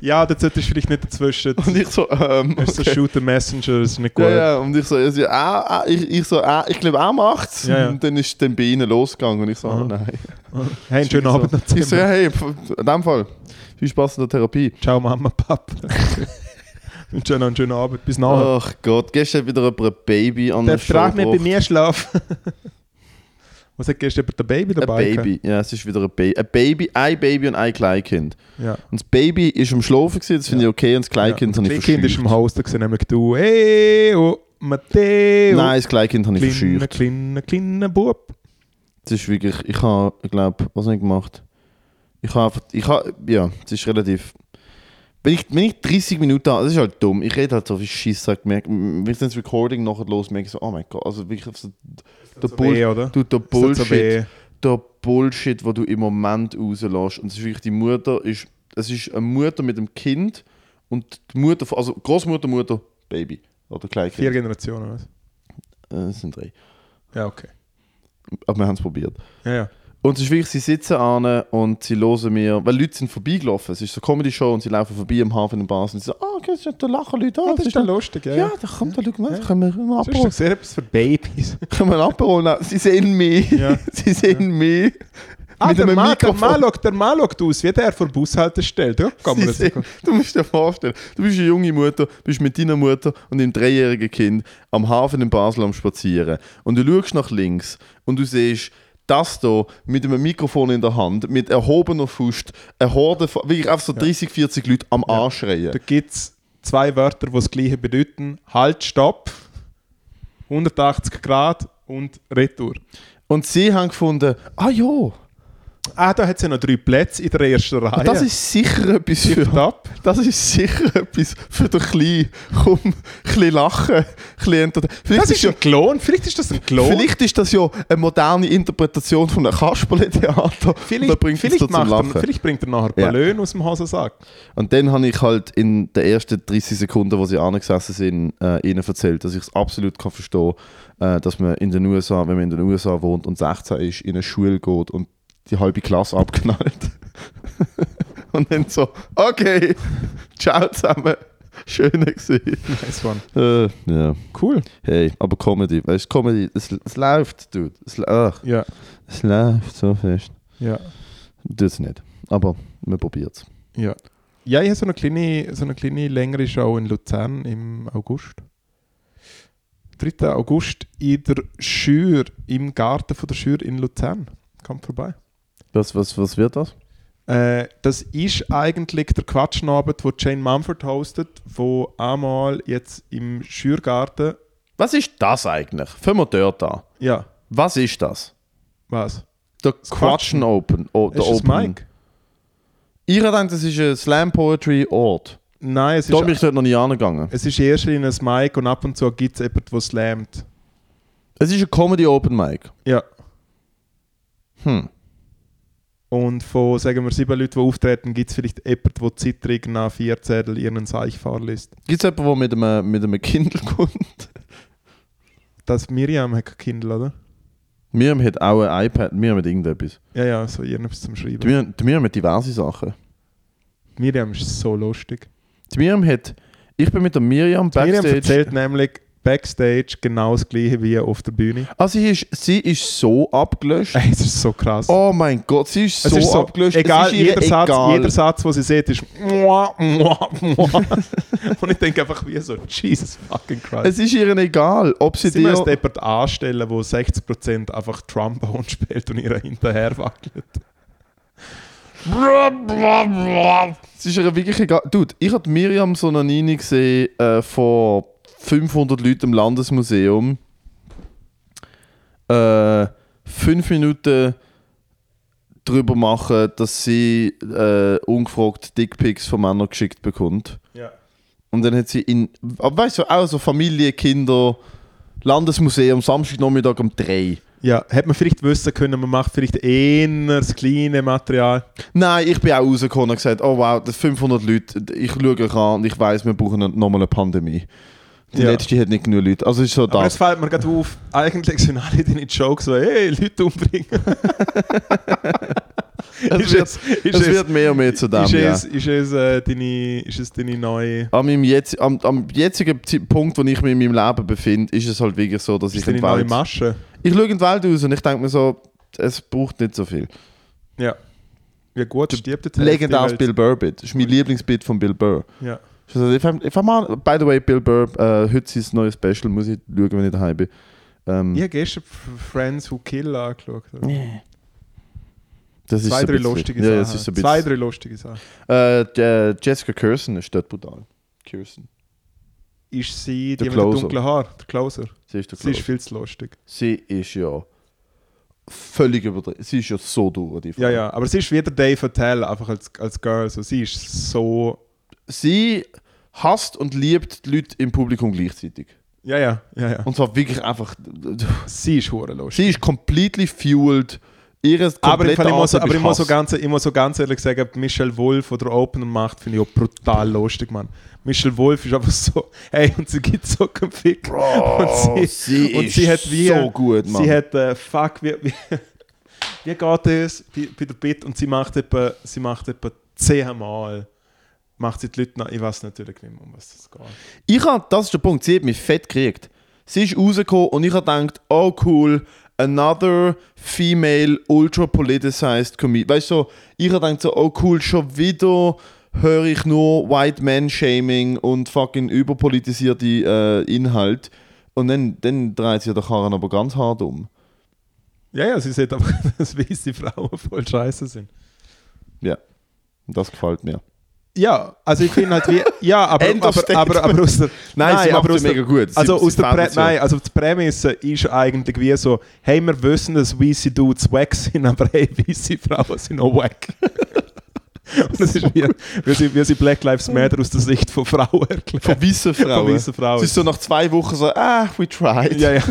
ja, dort solltest du vielleicht nicht dazwischen.
Und ich so, ähm.
Ist so
okay.
Shooter Messenger, ist nicht gut.
Ja, ja, und ich so, ja, sie, ah, ah, ich, ich so, ah, ich glaube, er macht's.
Ja, ja.
Und dann ist dann bei ihnen losgegangen und ich so,
Aha.
oh, nein.
Hey, einen schönen
Ich so,
Abend noch
Ich so,
zusammen.
ja, hey, pf- in dem Fall, viel Spaß in der Therapie.
Ciao, Mama, Papa. Wünsche dir noch einen schönen Abend. Bis nachher.
Ach Gott, gestern hat wieder jemand ein Baby an der
Darfst
Show
du nicht bei
gebracht.
mir schlafen? Was hat gestern der Baby
Ein
dabei? gehabt?
Baby, ja, es ist wieder ein Baby. Ein Baby, ein Baby und ein Kleinkind.
Ja.
Und das Baby ist am Schlafen, gewesen, das finde
Ja.
ich okay, und das Kleinkind
ja.
habe
und
ich
das Kind ist
verschüchtert.
im Haus, da gesehen, nämlich du. Hey, oh, Matteo.
Nein, das Kleinkind habe ich
kleiner,
verschüchtert.
kleiner, kleiner Bub.
Das ist wirklich, ich habe, ich glaube, was habe ich gemacht? Ich habe einfach, ich habe, ja, es ist relativ... Wenn ich, wenn ich 30 Minuten habe, das ist halt dumm, ich rede halt so viel Scheiße, ich merke, wenn ich dann das Recording nachher los merke ich so, oh mein Gott, also wirklich, so, der,
So
Bull,
weh, oder?
du, der
So
Bullshit...
weh.
der Bullshit, wo du im Moment rauslässt. Und es ist wirklich die Mutter, ist, es ist eine Mutter mit einem Kind und die Mutter, von- also Großmutter, Mutter, Baby oder
Vier
Kleinkind.
Generationen, was?
Äh, es sind drei.
Ja, okay.
Aber wir haben es probiert.
Ja, ja.
Und es ist wirklich, sie sitzen an und sie hören mir, weil Leute sind vorbeigelaufen. Es ist so eine Comedy-Show und sie laufen vorbei am Hafen in Basel und sie sagen, ah, okay, da lachen Leute an.
Ah, das ist dann lustig, ja.
ja, da kommt da, schau mal,
Ja.
können wir einen
Das ist doch
Abbrot.
sehr etwas für Babys.
Können wir einen Abbrot nehmen? Sie sehen mich.
Ja.
Sie sehen mich.
Ah,
Mit
der
einem
Mann, der
Mikrofon.
Mann schaut- der Mann schaut aus, wie der vor der Bushaltestelle. Da kann man
Sie
das
sehen, du musst dir vorstellen, du bist eine junge Mutter, bist mit deiner Mutter und dem dreijährigen Kind am Hafen in Basel am Spazieren. Und du schaust nach links und du siehst, das hier mit einem Mikrofon in der Hand, mit erhobener Faust, eine Horde von, wirklich einfach so 30, 40 Leute am Anschreien.
Da gibt es zwei Wörter, die das gleiche bedeuten. Halt, Stopp, 180 Grad und Retour.
Und sie haben gefunden, ah ja,
Ah, da hat es ja noch drei Plätze in der ersten Reihe.
das ist sicher etwas für
Stopp.
Das ist sicher etwas für den Kleinen. Komm, ein bisschen lachen, ein bisschen entertain- Vielleicht
Das ist
ja-
ein Klon. Vielleicht ist das ein Klon.
Vielleicht ist das ja eine moderne Interpretation von einem Kasperle-Theater. Und dann
vielleicht,
bringt
vielleicht,
es da zum
macht er,
Lachen.
vielleicht bringt er nachher
Ja.
Ballon aus dem Hosensack.
Und dann habe ich halt in den ersten 30 Sekunden, wo sie angesessen sind, äh, ihnen erzählt, dass ich es absolut kann verstehen kann, äh, dass man in den USA, wenn man in den USA wohnt und 16 ist, in eine Schule geht und die halbe Klasse abknallt. und dann so, okay, ciao zusammen. Schön gewesen.
Nice one.
Äh, ja,
Cool.
hey, aber Comedy, weißt du, Comedy, es, es läuft, dude. Es, ah. ach,
Ja.
es läuft so fest.
Ja.
Das nicht. Aber wir probieren es.
Ja. Ja, ich habe so eine kleine, so eine kleine längere Show in Luzern im August. 3. August in der Schür, im Garten von der Schür in Luzern. Kommt vorbei.
Was, was, was wird das?
Äh, das ist eigentlich der Quatschnabend, wo Jane Mumford hostet, wo einmal jetzt im Schürgarten.
Was ist das eigentlich? Fangen wir dort an.
Ja,
Was ist das?
was?
Der
Quatschen.
Quatschen Open. Oh, der
ist es
Open.
Mike?
Ich denke, das ist ein Slam Poetry Ort.
Nein, es
Da bin
ist,
ich dort noch nie angegangen.
es ist erst in ein Mike und ab und zu gibt es jemanden, der slammt.
Es ist ein Comedy Open Mic.
Ja.
Hm.
Und von, sagen wir, sieben Leuten, die auftreten, gibt es vielleicht jemanden, der die Zeitung nach vier Zettel ihren Seich fahrlässt.
Gibt es jemanden, der mit einem, mit einem Kindle kommt?
Das Miriam hat kein Kindle, oder?
Miriam hat auch ein iPad. Miriam hat irgendetwas.
Ja, ja, so irgendwas zum Schreiben.
Die Miriam, die Miriam hat diverse Sachen.
Miriam ist so lustig.
Die Miriam hat... Ich bin mit der Miriam
Die Miriam
Backstage...
erzählt nämlich, Backstage genau das gleiche wie auf der Bühne.
Also sie ist, sie ist so abgelöscht.
Ey, es ist so krass.
Oh mein Gott, sie ist
es
so,
ist so
abgelöscht.
Egal,
es ist ihr
jeder, Satz,
egal.
jeder Satz, den sie sieht, ist mua, mua, mua. Und ich denke einfach wie so, Jesus fucking Christ.
Es ist ihr egal, ob sie,
Sie
dir...
müssen jemanden anstellen, der 60% einfach Trombone spielt und ihr hinterher wackelt.
Es ist ihr wirklich egal. Dude, ich habe Miriam Sonanini gesehen äh, von 500 Leuten im Landesmuseum. Äh, fünf Minuten drüber machen, dass sie äh, ungefragt Dickpics von Männern geschickt bekommt.
Ja.
Und dann hat sie in, aber weißt du, auch so Familie, Kinder, Landesmuseum, Samstagnachmittag um drei.
Ja, hätte man vielleicht wissen können, man macht vielleicht eher das kleine Material.
Nein, ich bin auch rausgekommen und gesagt, oh wow, das 500 Leute, ich schaue euch an und ich weiß, wir brauchen nochmal eine Pandemie. Die
Ja.
letzte hat nicht genug Leute. Also ist so
Aber jetzt
das.
fällt mir gerade auf, eigentlich sind alle deine Jokes so, hey, Leute umbringen.
Es wird,
ist
es wird mehr und mehr zu dem.
ist,
Ja.
es, ist, es, äh, deine, ist es deine neue,
An meinem jetz, am, am jetzigen Zi- Punkt, wo ich mich in meinem Leben befinde, ist es halt wirklich so, dass
ist
ich
deine
in die
neue
Welt...
Masche?
Ich schaue in die Welt raus und ich denke mir so, es braucht nicht so viel.
Ja. Ja gut, stirbt jetzt
Legendäres Bill Burr-Bit. Das ist mein Lieblingsbit von Bill Burr.
Ja.
Ich habe gesagt, if I'm, if I'm on, by the way, Bill Burr, äh, heute sein neues Special, muss ich schauen, wenn ich daheim bin. Ähm,
Ich habe gestern F- Friends Who Kill angeschaut.
das ist
Zwei,
so ein
drei
bisschen-
lustige
ja, das
Sachen.
ist so ein
Zwei,
bisschen-
drei lustige Sachen.
Äh, der Jessica Kirsten ist dort brutal. Kirsten.
Ist sie die
Der
mit dem
Closer.
dunklen Haar, der Closer?
Sie ist, der
Sie ist
Clown.
viel zu lustig.
sie ist ja völlig übertrieben. Sie ist ja so durch, die Frau.
Ja, ja, aber sie ist wieder Dave Attell, einfach als, als Girl. So, sie ist so...
Sie hasst und liebt die Leute im Publikum gleichzeitig.
Ja, ja, ja, ja.
Und zwar wirklich einfach.
Sie ist hure lustig.
Sie ist completely fueled. Ihre
Aber, im
komplette
Fall, ich, muss,
Art
aber ich, muss so
ist Hass.
ganz, ich muss so ganz ehrlich sagen, Michelle Wolf, die der Opener macht, finde ich auch brutal lustig, Mann. Michelle Wolf ist einfach so, hey, und sie gibt so keinen Fick.
Bro,
und sie,
sie,
und
ist
sie hat wie-
so gut, Mann.
sie hat, äh, fuck, wie, wie, wie geht es bei, bei der Bit? Und sie macht etwa, sie macht etwa zehnmal, macht sie die Leute nach, ich weiß natürlich nicht mehr, um was es geht.
Ich hab, das ist der Punkt, sie hat mich fett gekriegt. Sie ist rausgekommen und ich habe gedacht, oh cool, another female ultra politicized comedian. Weißt du, so, ich habe gedacht, so, oh cool, schon wieder höre ich nur White Man Shaming und fucking überpolitisierte äh, Inhalt. Und dann, dann dreht sich der Karren aber ganz hart um.
Ja, ja, sie sieht einfach, dass weiße Frauen voll scheiße sind.
Und das gefällt mir.
Ja, also ich finde halt wie, ja, aber,
End
aber,
of
aber, aber, aber aus der,
Nein, sie macht
aber
es
aus der,
mega gut. Sie,
Also
sie
aus der
fällt
Prä
es ja.
Nein, also die Prämisse ist eigentlich wie so, hey, wir wissen, dass weisse Dudes wack sind, aber hey, weisse Frauen sind auch wack. Und das ist wie, wie, sie, wie sie Black Lives Matter aus der Sicht von Frauen erklärt.
Von weißen
Von
Frauen.
weissen Frauen.
Es ist so nach zwei Wochen so, ah, we tried.
ja, ja.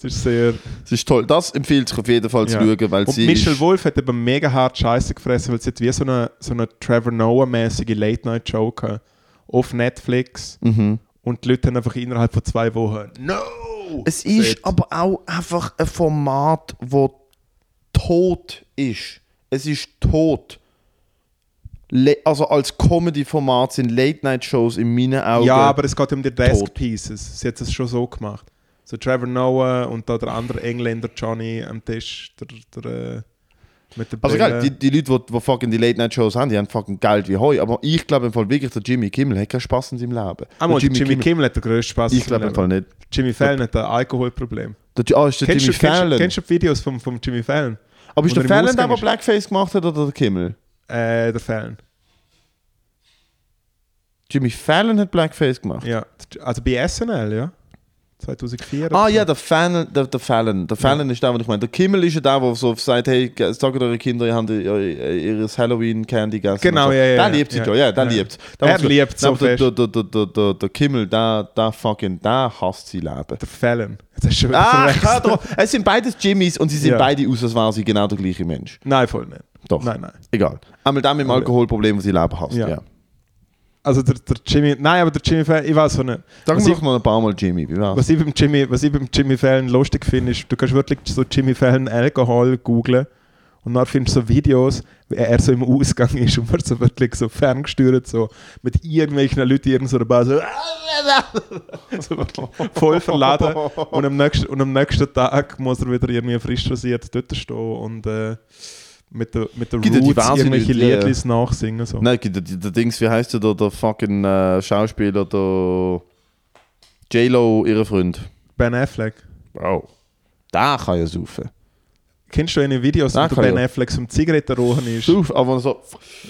Das ist sehr...
Das ist toll. Das empfiehlt sich auf jeden Fall zu
Ja.
schauen, weil
Und
sie.
Michelle
ist-
Wolf hat eben mega hart Scheiße gefressen, weil sie hat wie so eine, so eine Trevor Noah-mäßige Late-Night-Show gehabt. Auf Netflix.
Mhm.
Und die Leute haben einfach innerhalb von zwei Wochen No!
Es ist
gesagt.
aber auch einfach ein Format, wo tot ist. Es ist tot. Le also als Comedy-Format sind Late-Night-Shows in meinen Augen.
Ja, aber es geht um die Desk
Tot.
Pieces. Sie hat es schon so gemacht. So Trevor Noah und da der andere Engländer Johnny am Tisch. Der, der, äh, mit der
Also
Brille.
geil, die, die Leute, die, die fucking die Late-Night-Shows haben, die haben fucking Geld wie Heu. Aber ich glaube im Fall wirklich, der Jimmy Kimmel hat keinen Spaß in seinem Leben.
Einmal,
Der
Ah, Jimmy, Kimmel. hat den grössten Spaß.
Ich glaube im Fall nicht.
Jimmy Fallon hat ein Alkoholproblem.
Der, Ji- ah, ist der
Kennst
Jimmy
du, kennst,
Fallon.
du- kennst du die Videos vom, vom Jimmy Fallon?
aber ist
oder
der
im
Fallon der,
Ausgang
der
ist-
Blackface gemacht hat oder der Kimmel?
Äh, der Fallon.
Jimmy Fallon hat Blackface gemacht.
Ja. Also bei SNL, ja? 2004.
Ah
oder so.
ja, der Fallon, der, der Fallon. Der Fallon ist der, was ich meine. Der Kimmel ist ja der, der so sagt, hey, ge- sagt eure Kinder, ihr habt ihr, ihr, ihr Halloween-Candy gegessen.
Genau,
und so.
ja, ja, ja,
Der liebt sie
ja.
ja, ja, der
Ja.
liebt Der
Er
macht's gut.
liebt so
Nein, aber
fest.
der, der, der, der, der, der Kimmel, der, der fucking, der hasst sein Leben.
Der Fallon. Jetzt hast du schon wieder
Ah,
verwechselt.
hör doch. Es sind beides Jimmys und sie sind
Ja.
beide aus, als wären sie genau der gleiche Mensch.
Nein, voll nicht.
Doch.
Nein, nein.
Egal. Einmal der mit dem
Okay.
Alkoholproblem, das sie Leben hasst. Ja.
Ja. Also der, der Jimmy, nein, aber der Jimmy Fallon, ich weiß auch nicht.
Sag
Was
mir
ich-
doch noch ein paar Mal Jimmy, wie war's?
Was ich, beim Jimmy, was ich beim Jimmy Fallon lustig finde, ist, du kannst wirklich so Jimmy Fallon Alkohol googlen Und dann findest du so Videos, wie er so im Ausgang ist und man so wirklich so ferngesteuert, so mit irgendwelchen Leuten in irgendeiner Bar so, so wirklich voll verladen. Und am, nächsten, und am nächsten Tag muss er wieder irgendwie frisch rasiert dort stehen und äh, mit der, mit der
Gibt ja
Roots
diverse
irgendwelche
Leute, die-
Liedlis nachsingen. So.
Nein, der, der, der Dings, wie heißt der, da, der fucking äh, Schauspieler, der J-Lo, ihre Freund.
Ben Affleck.
Wow. Da kann ja saufen.
Kennst du eine Videos,
Ah,
wo der
kann
Ben
ich.
Affleck zum Zigarettenrochen ist?
Sauf, aber so.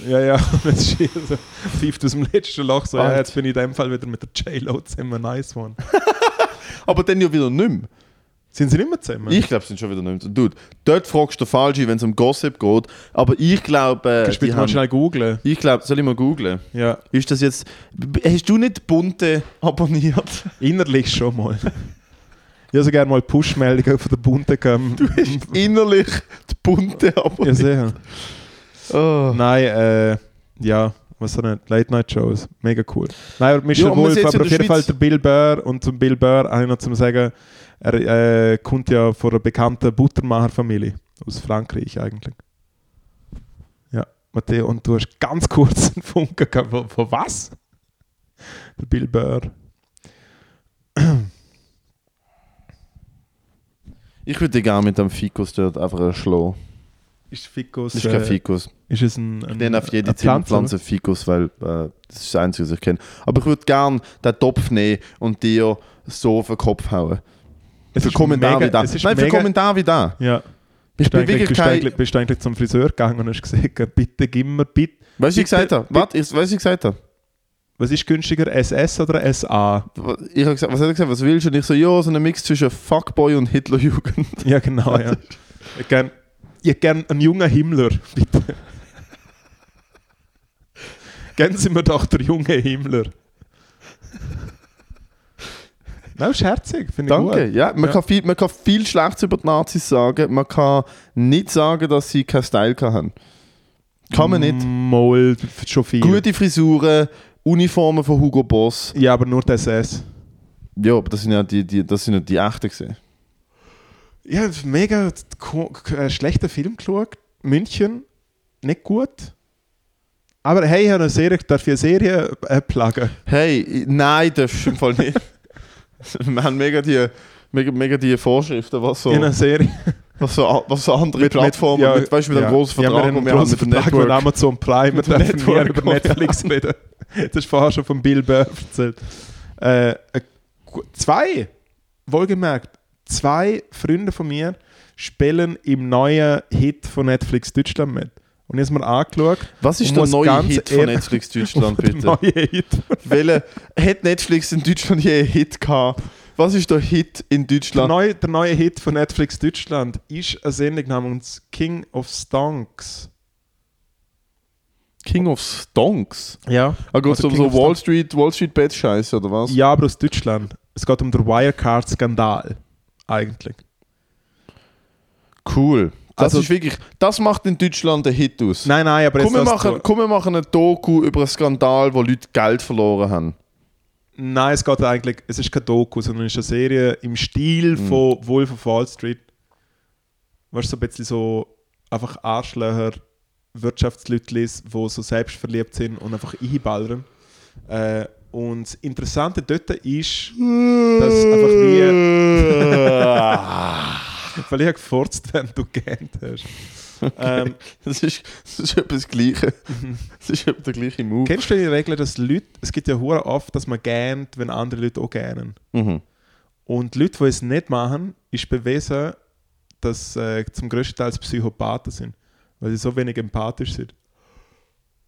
Ja, ja, und jetzt ist er so, pfeift aus dem letzten Loch so, ja,
Alter.
jetzt bin ich in dem Fall wieder mit der J-Lo zusammen, nice one.
Aber dann ja wieder nicht mehr.
Sind sie nicht mehr zusammen?
Ich glaube, es sind schon wieder nicht mehr. Dude, dort fragst du falsch, wenn es um Gossip geht. Aber ich glaube.
Kannst du bitte mal schnell googlen?
ich glaube, soll ich mal googlen?
Ja,
Ist das jetzt. B- Hast du nicht Bunte abonniert?
innerlich schon mal. Ich habe so gerne mal Push-Meldungen von der Bunte gekommen.
Du hast innerlich die Bunte
Ja,
abonniert.
sicher.
Oh.
Nein, äh, ja, was sind nicht? Late-Night-Shows, mega cool. Nein, aber Michel
Ja, und wir
Wolf,
sind jetzt
aber
in
auf
der
jeden Fall
Schweiz.
der Bill Burr und zum Bill Burr habe ich noch zu sagen, er äh, kommt ja von einer bekannten Buttermacherfamilie aus Frankreich eigentlich. Ja, Matteo, und du hast ganz kurz einen Funken gehabt, von, von was? Der Bill Burr.
Ich würde gerne mit dem Fikus dort einfach schlagen.
Ist Fikus,
Das ist kein
äh,
Fikus.
Ist es ein, ein,
Ich nenne auf jede
eine
Zimmerpflanze
oder?
Pflanze Fikus, weil äh, das ist das Einzige, was ich kenne. Aber ich würde gerne den Topf nehmen und dir so auf den Kopf hauen.
Es
für
ist
Kommentar
mega-
wie da.
es ist
Nein, für
mega-
Kommentar wie da.
Ja,
Ich
bist du
bin
eigentlich,
wirklich
bist du
kein...
eigentlich, bist du eigentlich zum Friseur gegangen und hast gesagt, bitte gib mir, bitte,
Weißt du, ich
Bitte-
gesagt habe? Warte, ich, weißt du, ich gesagt habe?
Was ist günstiger, SS oder SA?
Ich habe gesagt, was hat er gesagt? Was willst du? Und ich so, ja, so ein Mix zwischen Fuckboy und Hitlerjugend.
Ja, genau, ja. Ich gern, ich gern einen jungen Himmler, bitte. Gern Sie mir doch der junge Himmler. Nein, ist herzig, finde ich
Danke.
gut.
Ja, man,
Ja.
Kann viel, man kann viel Schlechtes über die Nazis sagen. Man kann nicht sagen, dass sie keinen Style haben. Kann man
Mm.
nicht.
Mal, schon viel.
Gute Frisuren, Uniformen von Hugo Boss.
Ja, aber nur die SS.
Ja, aber das sind ja die, die, das sind ja die echten gesehen.
Ja, mega ko- k- äh, schlechter Film geschaut. München, nicht gut. Aber hey, ich habe eine Serie, darf ich eine Serie äh, plagen?
Hey, i- nein, darfst du im Fall nicht. Wir haben mega die, mega, mega die Vorschriften, was so,
In einer Serie.
was so, a- was so andere Plattformen, mit,
ja,
weißt du, mit
ja.
einem großen
ja, mit
Vertrag, den
einem
wir haben
großen
mit dem
Vertrag mit
Network.
Amazon Prime, wir
Mit dem
dürfen nie
Network,
über
ja.
Netflix reden. Das ist vorher schon von Bill Burr erzählt. Äh, äh, gu- zwei, wohlgemerkt, zwei Freunde von mir spielen im neuen Hit von Netflix Deutschland mit. Und jetzt mal angeschaut,
Was ist
Und
der
muss
neue
ganz
Hit von
ehrlich-
Netflix Deutschland,
der
bitte?
neue Hit.
Welche, hat Netflix in Deutschland je einen Hit gehabt? Was ist der Hit in
Der
Deutschland?
neue, der neue Hit von Netflix Deutschland ist eine Sendung namens King of Stonks.
King of Stonks.
Ja.
Ah, geht
Also
um
King
so
of
Wall Street, Wall Street Bad Scheiße oder was?
Ja, aber aus Deutschland. Es geht um den Wirecard-Skandal. Eigentlich.
Cool. Das
Also-
ist wirklich, das macht in Deutschland einen Hit aus.
Nein, nein, aber
Komm, wir
jetzt hast
machen, komm, wir machen einen Doku über einen Skandal, wo Leute Geld verloren haben.
du, Nein, es geht eigentlich, es ist kein Doku, sondern es ist eine Serie im Stil
Hm.
von Wolf of Wall Street. Weißt du, so ein bisschen so einfach Arschlöcher, Wirtschaftsleute, die so selbstverliebt sind und einfach einballern. Äh, und das Interessante dort ist, dass einfach wie, weil ich ja gefurzt, wenn du gähnt hast. Ähm,
das, ist, das ist etwa das Gleiche. Das ist etwa der gleiche Move.
Kennst du die Regel, dass Leute, es gibt ja hure oft, dass man gähnt, wenn andere Leute auch gähnen.
Mhm.
Und Leute, die es nicht machen, ist bewiesen, dass äh, zum größten Teil Psychopathen sind, weil sie so wenig empathisch sind.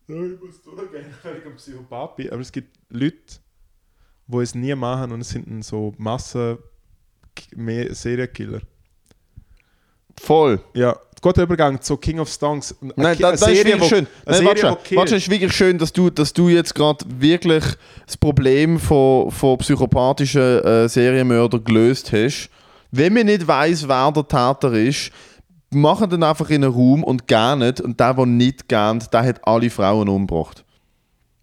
Ja, ich muss durchgehen, weil ich ein Psychopath bin. Aber es gibt Leute, die es nie machen und es sind dann so Massen mehr Serienkiller.
Voll.
Ja, guter Übergang zu King of Stonks. Eine
Nein,
Ki-
da,
eine
das ist
Serie,
wirklich
wo-
schön.
eine
Nein,
Serie,
warte, schon.
wo
warte,
killt.
schon, ist wirklich schön, dass du, dass du jetzt gerade wirklich das Problem von, von psychopathischen äh, Serienmördern gelöst hast. Wenn man nicht weiß, wer der Täter ist, machen den einfach in einen Raum und gehen nicht. Und der, der nicht geht, der hat alle Frauen umgebracht.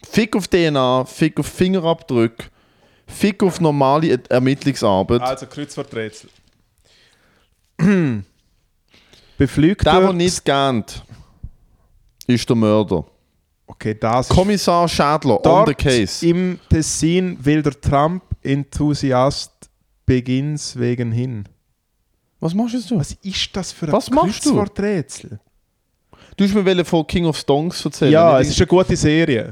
Fick auf DNA, Fick auf Fingerabdrücke, Fick auf normale Er- Ermittlungsarbeit.
Also Kreuzworträtsel. beflügt
Der, der
wird.
nicht gähnt, ist der Mörder.
Okay, das ist
Kommissar Schädler, on the
dort
case.
im Tessin will der Trump-Enthusiast beginns wegen hin.
Was machst jetzt du?
Was ist das für ein
Also, Was machst du?
Kreuzworträtsel?
Du hast mir welche von King of Stonks erzählen.
Ja,
nicht
es ist eine gute Serie.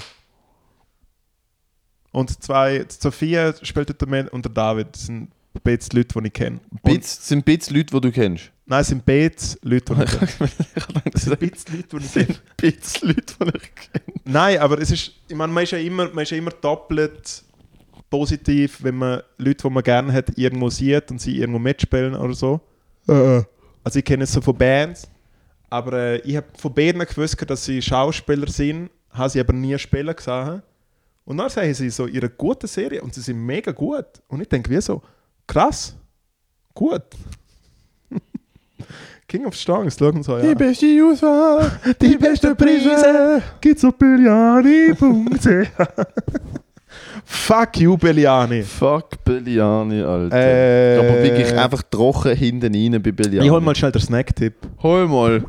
Und zwei, Sophia spielt der Mann und der David. Das sind Beats Leute, die ich kenne.
irgend- Bits, sind Bits Leute, die du kennst.
Und- Nein, es sind Beats Leute, die ich kenne.
Das sind
Beats Leute, die ich kenne.
Bits Leute, die ich kenne.
Nein, aber es ist, ich meine, man ist ja immer, man ist ja immer doppelt positiv, wenn man Leute, die man gerne hat, irgendwo sieht und sie irgendwo mitspielen oder so. Also ich kenne es so von Bands, aber äh, ich habe von beiden gewusst, dass sie Schauspieler sind, habe sie aber nie spielen gesehen. Und dann sehen sie so ihre gute Serie und sie sind mega gut. Und ich denke, wie so, krass, gut. King of Strongs, schauen so, ja.
beste User,
Die beste Prise gibt's auf Belliani.ch. Fuck you, Belliani.
Fuck Belliani, Alter.
Äh.
Aber wirklich einfach trocken hinten rein bei Belliani.
Ich hol mal schnell den Snack-Tipp.
Hol mal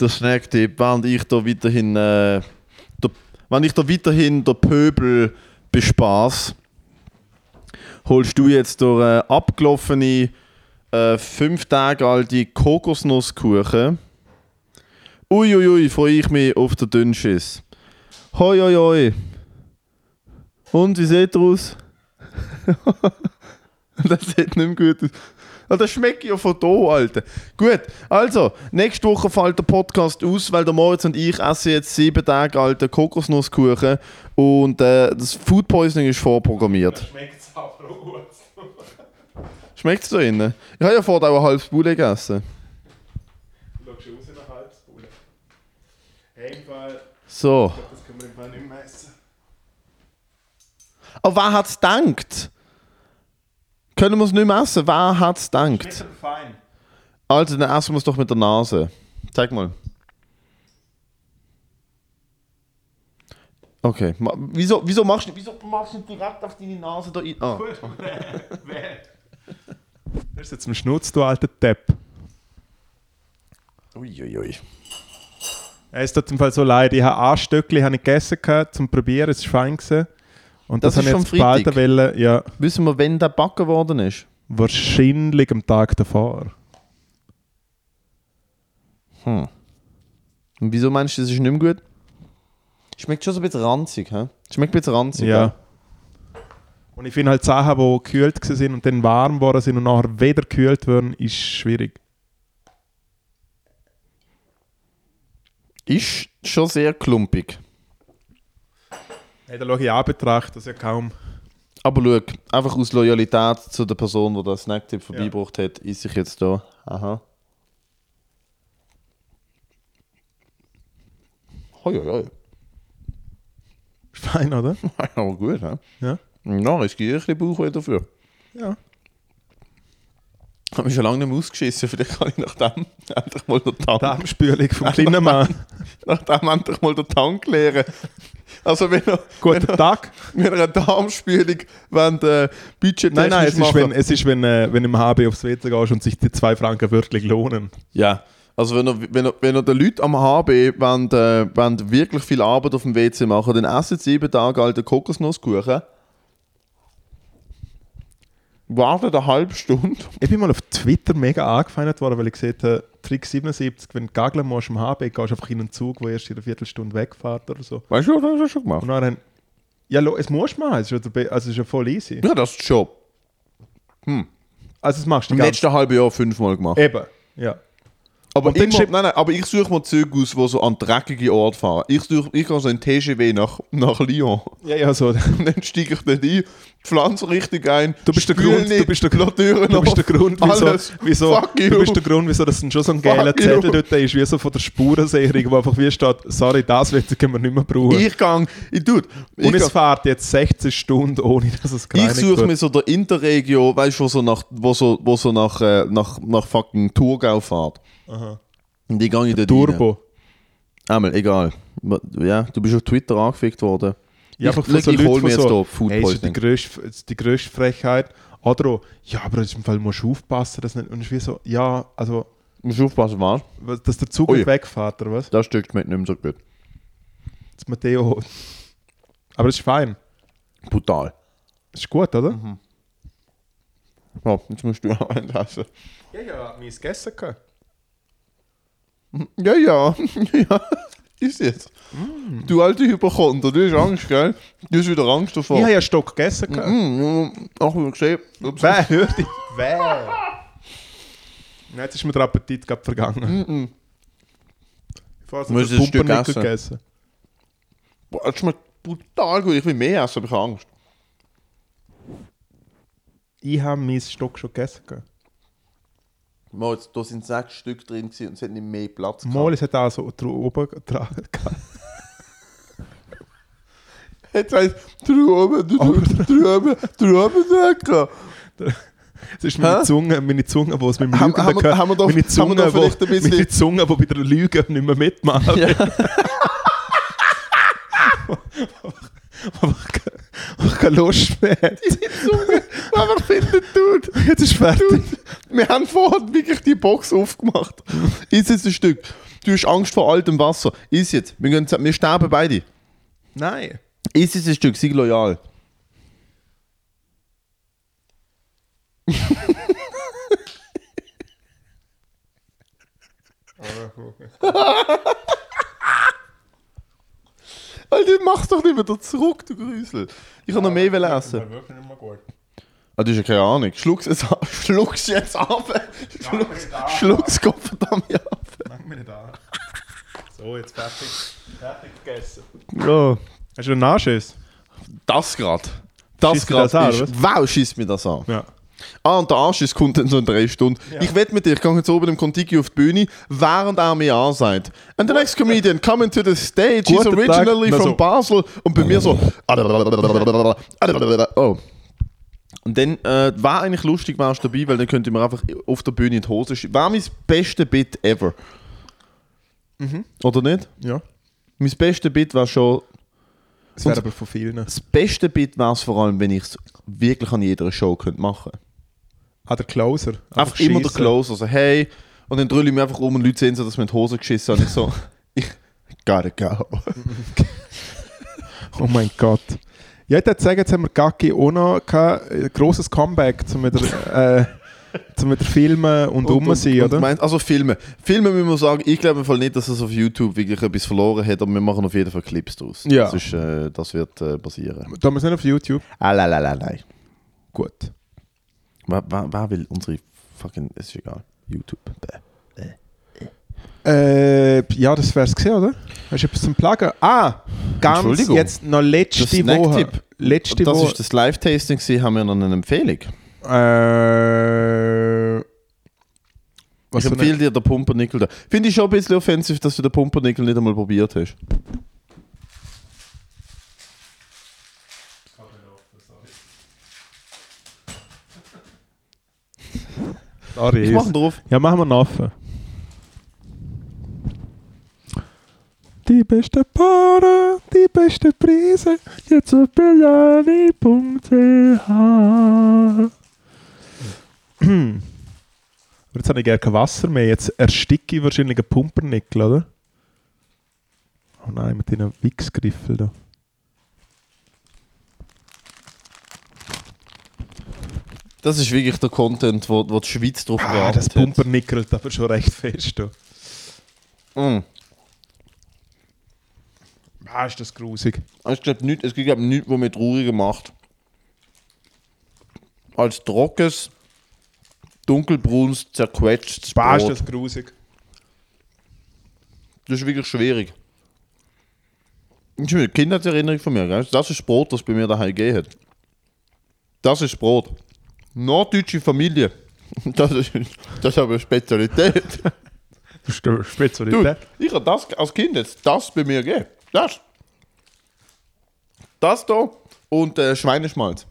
den Snacktipp, während ich da weiterhin, äh, der, wenn ich da weiterhin der Pöbel bespaß, holst du jetzt durch äh, abgelaufene äh, fünf Tage alte Kokosnusskuchen. Uiuiui, freue ich mich auf den Dünnschiss. Hoi, hoi, hoi. Und, wie sieht er aus? das sieht nicht mehr gut aus. Ja, Das schmeckt ja von da, Alter. Gut, also, nächste Woche fällt der Podcast aus, weil der Moritz und ich essen jetzt sieben Tage alten Kokosnusskuchen und äh, das Food Poisoning ist vorprogrammiert.
Schmeckt's aber gut.
Schmeckt es da innen? Ich habe ja vorher auch ein halbes Bulle gegessen.
Schau raus in der Halbspule. Hey, im Fall,
So.
das können wir im Fall nicht mehr essen.
Aber wer hat es gedacht? Können wir es nicht mehr essen? Wer hat es gedacht?
Bisschen fein.
Also, dann essen wir es doch mit der Nase. Zeig mal. Okay. Ma wieso, wieso machst du wieso machst du nicht direkt auf deine Nase da rein? Ah.
Das ist jetzt im Schnutz, du alter Depp.
Uiuiui.
Ja, Es tut im Fall so leid. Ich habe ein Stückchen habe ich gegessen gehabt, zum Probieren, es war fein. gewesen. Und das,
Das
habe
ist
ich jetzt
schon
bald
Freitag.
wollen. Ja,
Wissen wir, wenn der backen worden ist?
wahrscheinlich am Tag davor.
Hm. Und wieso meinst du, das ist nicht mehr gut? Schmeckt schon so ein bisschen ranzig, hä? Schmeckt ein bisschen ranzig,
Ja. Und ich finde halt Sachen, die gekühlt gewesen sind und dann warm worden sind und nachher wieder gekühlt wurden, ist schwierig.
gell? Ist schon sehr klumpig.
Hey, da schaue ich an Betracht, das ist ja kaum.
Aber schau, einfach aus Loyalität zu der Person, die den Snacktipp vorbeigebracht hat, ist ich jetzt da. Aha. Hoi, hoi, hoi.
Ist fein, oder?
Aber gut, hä?
Ja.
Na, riskiere ich ein bisschen Bauchweh dafür.
Ja.
Ich habe mich schon lange nicht mehr ausgeschissen, vielleicht kann ich nach dem endlich mal den Tank,
Darmspülung vom kleinen Mann.
nach dem endlich mal den Tank leeren. Also wenn ihr,
Guten Tag.
wenn ihr eine Darmspülung wollt, äh, budgettechnisch
Nein, nein, es ist,
machen-
wenn, es ist, wenn, äh, wenn im HB aufs WC gehst und sich die zwei Franken wirklich lohnen.
Ja, also wenn ihr, wenn ihr, wenn ihr den Leuten am HB wollt, äh, wollt wirklich viel Arbeit auf dem WC machen dann essen sie sieben Tage alten Kokosnusskuchen. Wartet eine halbe Stunde.
Ich bin mal auf Twitter mega angefeindet worden, weil ich gesehen habe, Trick 77, wenn du gageln musst im HB, gehst du einfach in einen Zug, der erst in einer Viertelstunde wegfährt oder so.
Weißt du, das hast du schon
Und
gemacht.
dann haben ja, lo- es musst du machen, es ist ja, der Be- also es ist ja voll easy.
Ja, das ist schon.
Also es machst du
Im
die ganze
letzten halben Jahr fünfmal gemacht.
Eben, ja.
Aber,
Und dann
immer,
schreibt-
nein, nein, aber ich suche mir Züge aus, die so an dreckige Orte fahren. Ich, suche, ich gehe so in TGW nach, nach Lyon.
Ja, ja, so. Du
Und dann steige ich dort ein, pflanze richtig ein.
Du bist der
spül
Grund, du
nicht,
bist der-
lass die Türen
bist der
offen,
Grund, wieso,
alles.
wieso,
Fuck you.
du bist der Grund, wieso das schon so ein geiler
Fuck
Zettel
you.
dort ist, wie so von der Spurensicherung, wo einfach wie steht, sorry, das WC können wir nicht mehr brauchen.
Ich gang, ich tut.
Und
ich,
es fährt jetzt 16 Stunden, ohne dass es
ich
gereinigt
suche
wird.
mir so der Interregio, weißt du, wo so nach, wo so, wo so nach, äh, nach, nach fucking Thurgau fährt.
Aha.
Und ich gang in den
Turbo.
Einmal, egal. Ja, du bist auf Twitter angefickt worden.
Ja,
ich
einfach von so
ich hol
Leuten,
mir
die
jetzt
so,
da Food
hey, ist ja die
Poisoning.
grösste, ist die grösste Frechheit. Oder, auch, ja, aber im Fall musst du aufpassen, dass nicht... Und ich wie so, ja, also...
Musst aufpassen, was?
Was- Dass der Zug
Ui.
wegfährt, oder was?
Das Stück schmeckt nicht mehr so gut.
Das Matteo. Aber es ist fein.
Brutal.
Es ist gut, oder?
Ja, jetzt musst du auch einen essen.
Ja, ja, mein gegessen.
Ja, ja. ja. Ist jetzt.
Mm.
Du alte Hypochonder, du hast Angst, gell? Du hast wieder Angst davor.
Ich habe ja einen Stock gegessen. gehabt.
Mm, mm, Ach, wie gesehen. Ups.
Wer hört dich? Wer? Na, Jetzt ist mir der Appetit gerade vergangen.
Mm, mm.
Ich habe
Musst
also
du ein Stück
Pumpernickel
essen?
gegessen.
Boah, das schmeckt brutal gut. Ich will mehr essen, aber ich habe Angst.
Ich habe meinen Stock schon gegessen. gehabt.
Mal, jetzt, da sind sechs Stück drin gewesen und es hat nicht mehr Platz gehabt.
Mal, es hat auch so dr- oben getragen.
Jetzt heißt drüben, drüben, drüben, drüben decken.
Es ist meine
Hä?
Zunge, meine Zunge, die es mit dem
Haben-
Lügen
haben wir-
gehört.
haben wir da- haben wir
meine
da
Zunge,
vielleicht ein
wo,
bisschen-
meine Zunge, die bei der Lüge nicht mehr mitmacht.
Ja.
Ich habe keine Lust mehr. hat.
Aber findet tut.
Jetzt ist fertig.
Wir haben vorhin wirklich die Box aufgemacht. Ist jetzt ein Stück. Du hast Angst vor altem Wasser. Ist jetzt. Wir, gehen, zusammen- wir sterben beide.
Nein.
Ist jetzt ein Stück. Sei loyal. Alter, mach's doch nicht wieder zurück, du Grüsel. Ich kann noch mehr wollen essen.
wirklich nicht mehr gut.
Ah, du hast ja keine Ahnung. Schluck's jetzt ab. Schluck's jetzt ab. Schluck's, schluck's Gott verdammt ab.
Mach mir nicht an. So, jetzt fertig. Fertig gegessen.
Ja.
Hast du einen Nachschiss?
Das grad. Das
Schiesst dir das an,
gerade
oder
ist. Wow, schießt mir das an.
Ja.
Ah, und der Anschiss kommt dann so in drei Stunden. Ich wette mit dir, ich gehe jetzt oben im Contiki auf die Bühne, während er mir ansagt. And the next comedian coming to the stage, he's
Guten Tag.
originally
Na
from
so.
Basel. Und bei mir so... Oh. Und dann äh, war eigentlich lustig, wärst du dabei, weil dann könnte man einfach auf der Bühne in die Hose schieben. War mein beste Bit ever.
Mhm.
Oder nicht?
Ja.
Mein beste Bit war schon...
Es wäre
Und-
aber von vielen.
Das beste Bit war es vor allem, wenn ich es wirklich an jeder Show könnte machen könnte.
Ah, der Closer.
Einfach, immer der
schiessen.
Close, also hey. Und dann drülle ich mich einfach um und Leute sehen so, dass mir in die Hose geschissen haben. Ich so, ich gotta go.
Oh mein Gott. Ja, ich würde sagen, jetzt haben wir Gacki auch noch kein äh, grosses Comeback zum wieder, äh, zum wieder filmen und, und sein, oder?
meint- also Filme. Filme müssen wir sagen, ich glaube im Fall nicht, dass es auf YouTube wirklich etwas verloren hat, aber wir machen auf jeden Fall Clips draus.
Ja.
Das, ist, äh, das wird äh, passieren.
da wir sind auf YouTube.
Ah, la, la, la, la.
Gut.
Wer, wer, wer will unsere fucking, es ist egal, YouTube. Bäh.
Äh, ja, das wär's gesehen, oder? Hast du etwas zum Plagen? Ah, ganz
Entschuldigung.
jetzt noch
Das
letzte Woche.
Snacktipp.
Letzte
das
Woche.
ist das Live-Tasting, gewesen, haben wir noch eine Empfehlung.
Äh, was
ich
für
empfehle dir den Pumpernickel da. Finde ich schon ein bisschen offensiv, dass du den Pumpernickel nicht einmal probiert hast.
eine- Sorry.
Ich mache ihn drauf.
Ja, machen wir einen Affen. Die beste Paare, die beste Prise, jetzt auf bellani.ch. Aber jetzt habe ich gar kein Wasser mehr. Jetzt ersticke ich wahrscheinlich einen Pumpernickel, oder? Oh nein, mit diesen Wichsgriffel da.
Das ist wirklich der Content, wo, wo die Schweiz drauf
Ah, das
geachtet
Pumpernickelt aber schon recht fest. Du.
Mm.
Ah, ist das grusig.
Also Ich glaub, nicht, es gibt glaub, nichts, was mich trauriger macht. Als trockenes, dunkelbraunes, zerquetschtes
Bah,
Brot.
ist
das?
das grusig.
ist wirklich schwierig. Das ist eine Kindheitserinnerung von mir. Gell? Das ist das Brot, das bei mir daheim gegeben hat. Das ist das Brot. Norddeutsche Familie. Das ist, das ist aber eine Spezialität.
Das ist eine Spezialität.
Dude, ich habe das als Kind jetzt das bei mir gegeben. Das. Das da und äh, Schweineschmalz.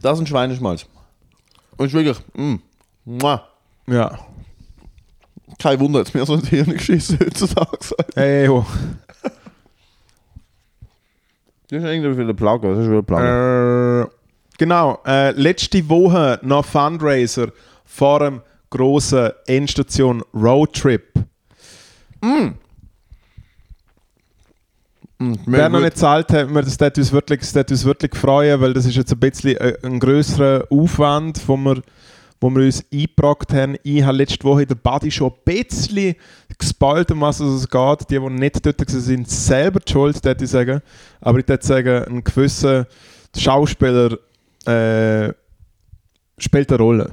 Das und Schweineschmalz. Und ist wirklich, mm, Mua.
Ja.
kein Wunder, jetzt mir so ein Hirn geschissen heutzutage.
Ey, oh.
Das ist irgendwie wieder Plagge, das ist wieder Plagge.
äh, genau. Äh, letzte Woche noch Fundraiser vor dem grossen Endstation Roadtrip.
Mm,
Wer noch nicht zahlt, hat wir das tät uns wirklich, das tät uns wirklich freuen, weil das ist jetzt ein bisschen äh, ein grösserer Aufwand, wo wir, wo wir uns eingebracht haben. Ich habe letzte Woche in der Body schon ein bisschen gespoilt, um was es geht. Die, die nicht dort waren, sind selber die schuld, würde ich sagen. Aber ich würde sagen, ein gewisser Schauspieler äh, spielt eine Rolle.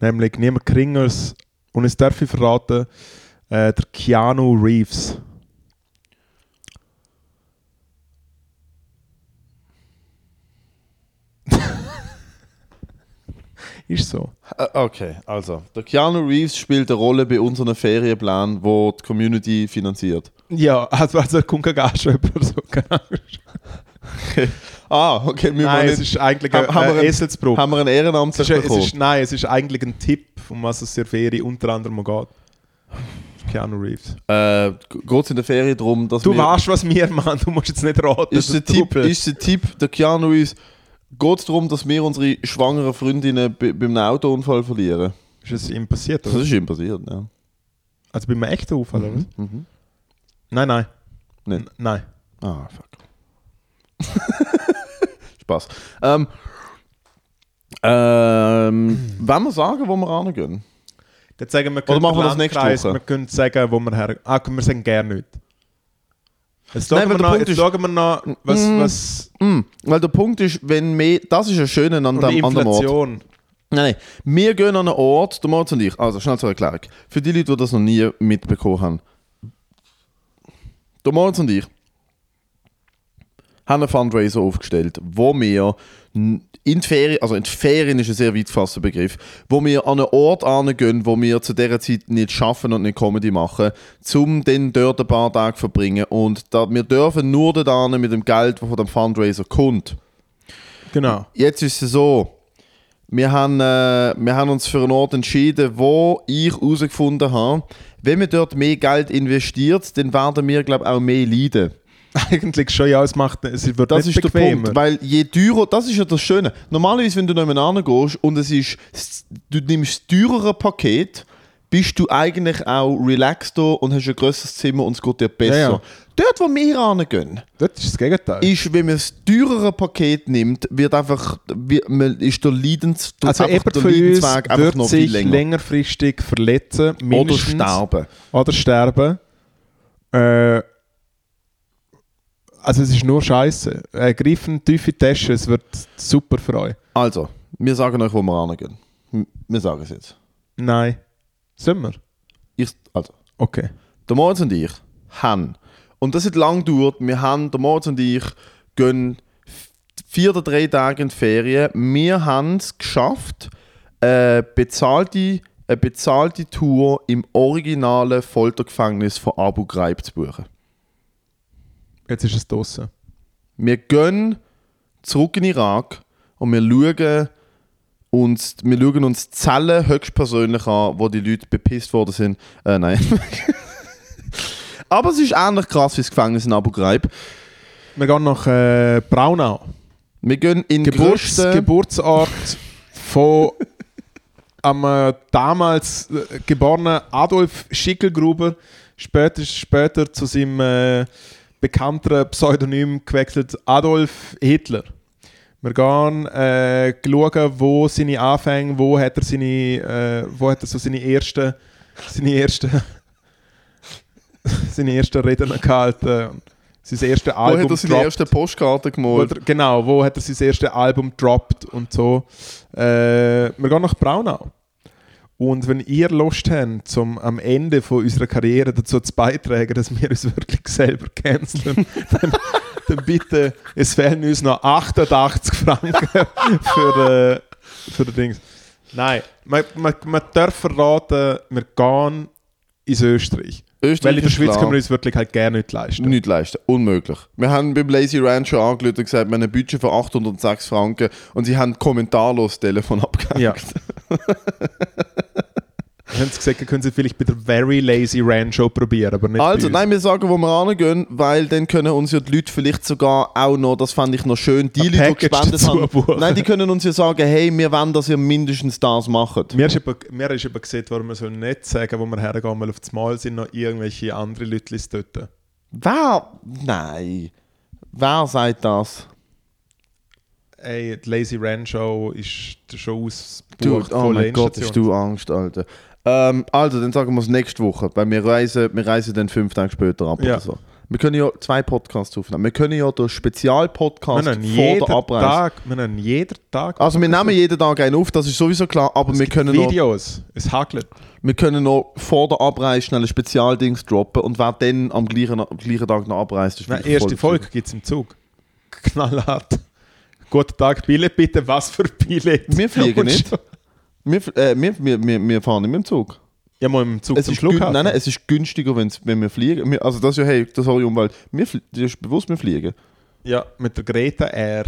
Nämlich niemand Kringers, und es darf ich verraten, äh, der Keanu Reeves. Ist so.
Äh, Okay, also. Der Keanu Reeves spielt eine Rolle bei unserem Ferienplan, wo die Community finanziert.
Ja, also, also kommt kein Gast über so. keine Angst.
Ah, okay, wir
Nein, es
wollen nicht,
ist eigentlich
Haben-
ein,
haben wir
ein
einen-
Eselsbruch.
haben wir einen
Es ist,
Ehrenamtlichen
es
bekommen.
ist, nein, es ist eigentlich ein Tipp, um was es in der Ferie unter anderem geht. Keanu Reeves.
äh, Geht es in der Ferien darum, dass
Du
wir...
weißt, was wir machen, du musst jetzt nicht raten.
ist
dass
der
du
Tipp,
bist.
ist der Tipp, der Keanu Reeves, geht es darum, dass wir unsere schwangeren Freundinnen bei, beim Autounfall verlieren?
Ist es ihm passiert?
Das
Oder?
ist ihm passiert, ja.
Also bei einem echten Unfall, oder was?
Mhm.
Nein, nein.
Nicht.
N- Nein.
Ah, fuck. Spaß. Ähm, ähm, Wollen wir sagen, wo wir angehen?
Dann sagen wir,
Oder machen wir das nächste
Landkreis,
Woche?
Wir können sagen, wo wir her... Ah, wir sagen gerne nicht. Jetzt schauen,
Nein, weil
wir,
der
noch,
Punkt
jetzt
ist-
schauen wir noch, was...
Mm.
was
Hm, weil der Punkt ist, wenn wir. Das ist ja schön an dem
und die
anderen Ort.
Inflation.
Nein, nein. Wir gehen an einen Ort, der Moritz und ich. Also, schnell zur Erklärung. Für die Leute, die das noch nie mitbekommen haben. Der Moritz und ich haben einen Fundraiser aufgestellt, wo wir n- in die Ferien, also in die Ferien ist ein sehr weit gefasster Begriff, wo wir an einen Ort angehen, wo wir zu dieser Zeit nicht schaffen und nicht Comedy machen, zum dann dort ein paar Tage verbringen. Und da, wir dürfen nur dort hin mit dem Geld, das von dem Fundraiser kommt.
Genau.
Jetzt ist es so. Wir haben, äh, wir haben uns für einen Ort entschieden, wo ich herausgefunden habe, wenn man dort mehr Geld investiert, dann werden wir, glaube ich, auch mehr leiden.
Eigentlich schon, ja, es macht... Es wird
Das
nicht
ist der
bequemer.
Punkt, weil je teurer, das ist ja das Schöne. Normalerweise, wenn du jemanden gehst und es ist, du nimmst das teurere Paket, bist du eigentlich auch relaxter und hast ein grösseres Zimmer und es geht dir besser.
Ja, ja.
Dort, wo wir hingehen,
Dort ist das Gegenteil.
ist, wenn man das teurere Paket nimmt, wird einfach, wird, man, ist der, Leidens,
also jemand
einfach der
von uns
Leidensweg einfach
wird
noch viel
sich
länger.
längerfristig verletzen,
Oder
mindestens.
sterben.
Oder sterben. Äh, also es ist nur Scheiße. Äh, greifen tiefe Tasche, es wird super freuen.
Also, wir sagen euch, wo wir angehen. Wir sagen es jetzt.
Nein. Sind wir?
Ich, also,
Okay.
der Moritz und ich haben, und das hat lange gedauert, wir haben, der Moritz und ich, gehen vier oder drei Tage in die Ferien. Wir haben es geschafft, eine bezahlte, eine bezahlte Tour im originalen Foltergefängnis von Abu Ghraib zu buchen.
Jetzt ist es draußen.
Wir gehen zurück in den Irak und wir schauen uns, wir schauen uns die Zellen höchstpersönlich an, wo die Leute bepisst worden sind. Äh, nein. Aber es ist ähnlich krass wie das Gefängnis in Abu Ghraib.
Wir gehen nach äh, Braunau.
Wir gehen in
Geburts
größte
Geburtsort von am äh, damals äh, geborenen Adolf Schickelgruber, später, später zu seinem äh, bekannteren Pseudonym gewechselt, Adolf Hitler. Wir gehen äh, schauen, wo seine Anfänge, wo hat er seine, äh, wo hat er so seine ersten, seine ersten, seine ersten Reden gehalten, sein erstes
wo
Album
hat er seine
gedroppt.
erste Postkarte gemalt?
Oder, genau, wo hat er sein erstes Album gedroppt und so. Äh, wir gehen nach Braunau. Und wenn ihr Lust habt, zum am Ende von unserer Karriere dazu zu beitragen, dass wir uns wirklich selber canceln, dann, dann bitte, es fehlen uns noch 88 Franken für, äh, für den Dings. Nein, man, man, man darf verraten, wir gehen ins Österreich.
Österreich
Weil in der
ist
Schweiz
klar.
können wir uns wirklich halt gerne nicht leisten.
Nicht leisten. Unmöglich. Wir haben beim Lazy Rancher angelötet und gesagt, wir haben ein Budget von 806 Franken und sie haben kommentarlos das Telefon abgehängt.
Ja. Haben sie gesagt, können sie vielleicht bei der Very Lazy Ranch auch probieren, aber nicht
Also,
bei uns.
nein, wir sagen, wo wir angehen, weil dann können uns ja die Leute vielleicht sogar auch noch, das fand ich noch schön, die
Ein
Leute, die
Package
gespendet
dazu
haben,
buchen.
nein, die können uns ja sagen, hey, wir wollen, dass ihr mindestens das macht.
Mir ist, eben, mir ist eben gesehen, warum wir sollen nicht sagen, wo wir hergehen, weil auf das Mal sind noch irgendwelche andere Leute dort.
Wer? Nein. Wer sagt das?
Ey, die Lazy Ranch Show ist schon ausgebucht
Dude, oh mein Gott, hast du Angst, Alter. Ähm, also, dann sagen wir es nächste Woche, weil wir reisen, wir reisen dann fünf Tage später ab
Ja.
oder so. Wir können ja zwei Podcasts aufnehmen. Wir können ja den Spezialpodcast
Wir
vor
haben jeden
der Abreise.
Tag, wir haben jeden Tag
Also wir nehmen jeden Tag einen auf, das ist sowieso klar, aber wir können, noch,
Videos. Es hagelt.
wir können noch vor der Abreise schnell ein Spezialdings droppen und wer dann am gleichen, am gleichen Tag noch abreist, ist
Nein,
wirklich
erste
voll
Folge gibt es im Zug. Knallhart. Guten Tag, Billett bitte. Was für Billett?
Wir fliegen
Und
nicht.
schon-
Wir, f- äh, wir, wir, wir, wir fahren nicht mit dem Zug.
Ja, mal im Zug
Es
zum
ist, gün-
Flughafen.
nein, nein, es ist günstiger, wenn's, wenn wir fliegen. Wir, also das ist ja, hey, das habe ich Umwelt. Wir, fl- das ist bewusst, wir fliegen.
Ja, mit der Greta R.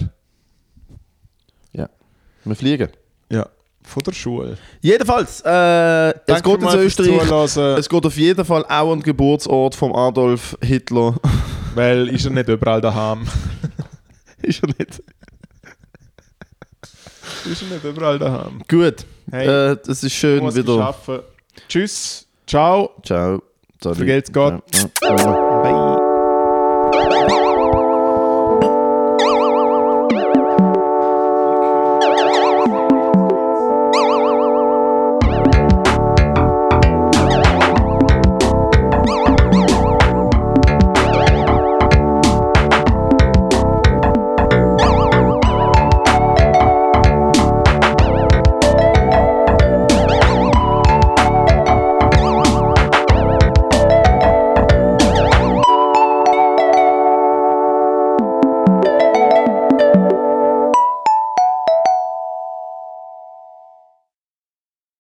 Wir fliegen.
Ja, von der Schule.
Jedenfalls, äh, es geht in Österreich.
Zuhören,
Es geht auf jeden Fall auch an den Geburtsort von Adolf Hitler.
weil ist er nicht überall daheim.
ist er nicht.
ist er nicht überall daheim.
Gut.
Hey,
Äh, es ist schön
muss
wieder.
wieder. Tschüss, ciao,
Ciao. Salut.
vergelt's Gott.
Ja. Ja.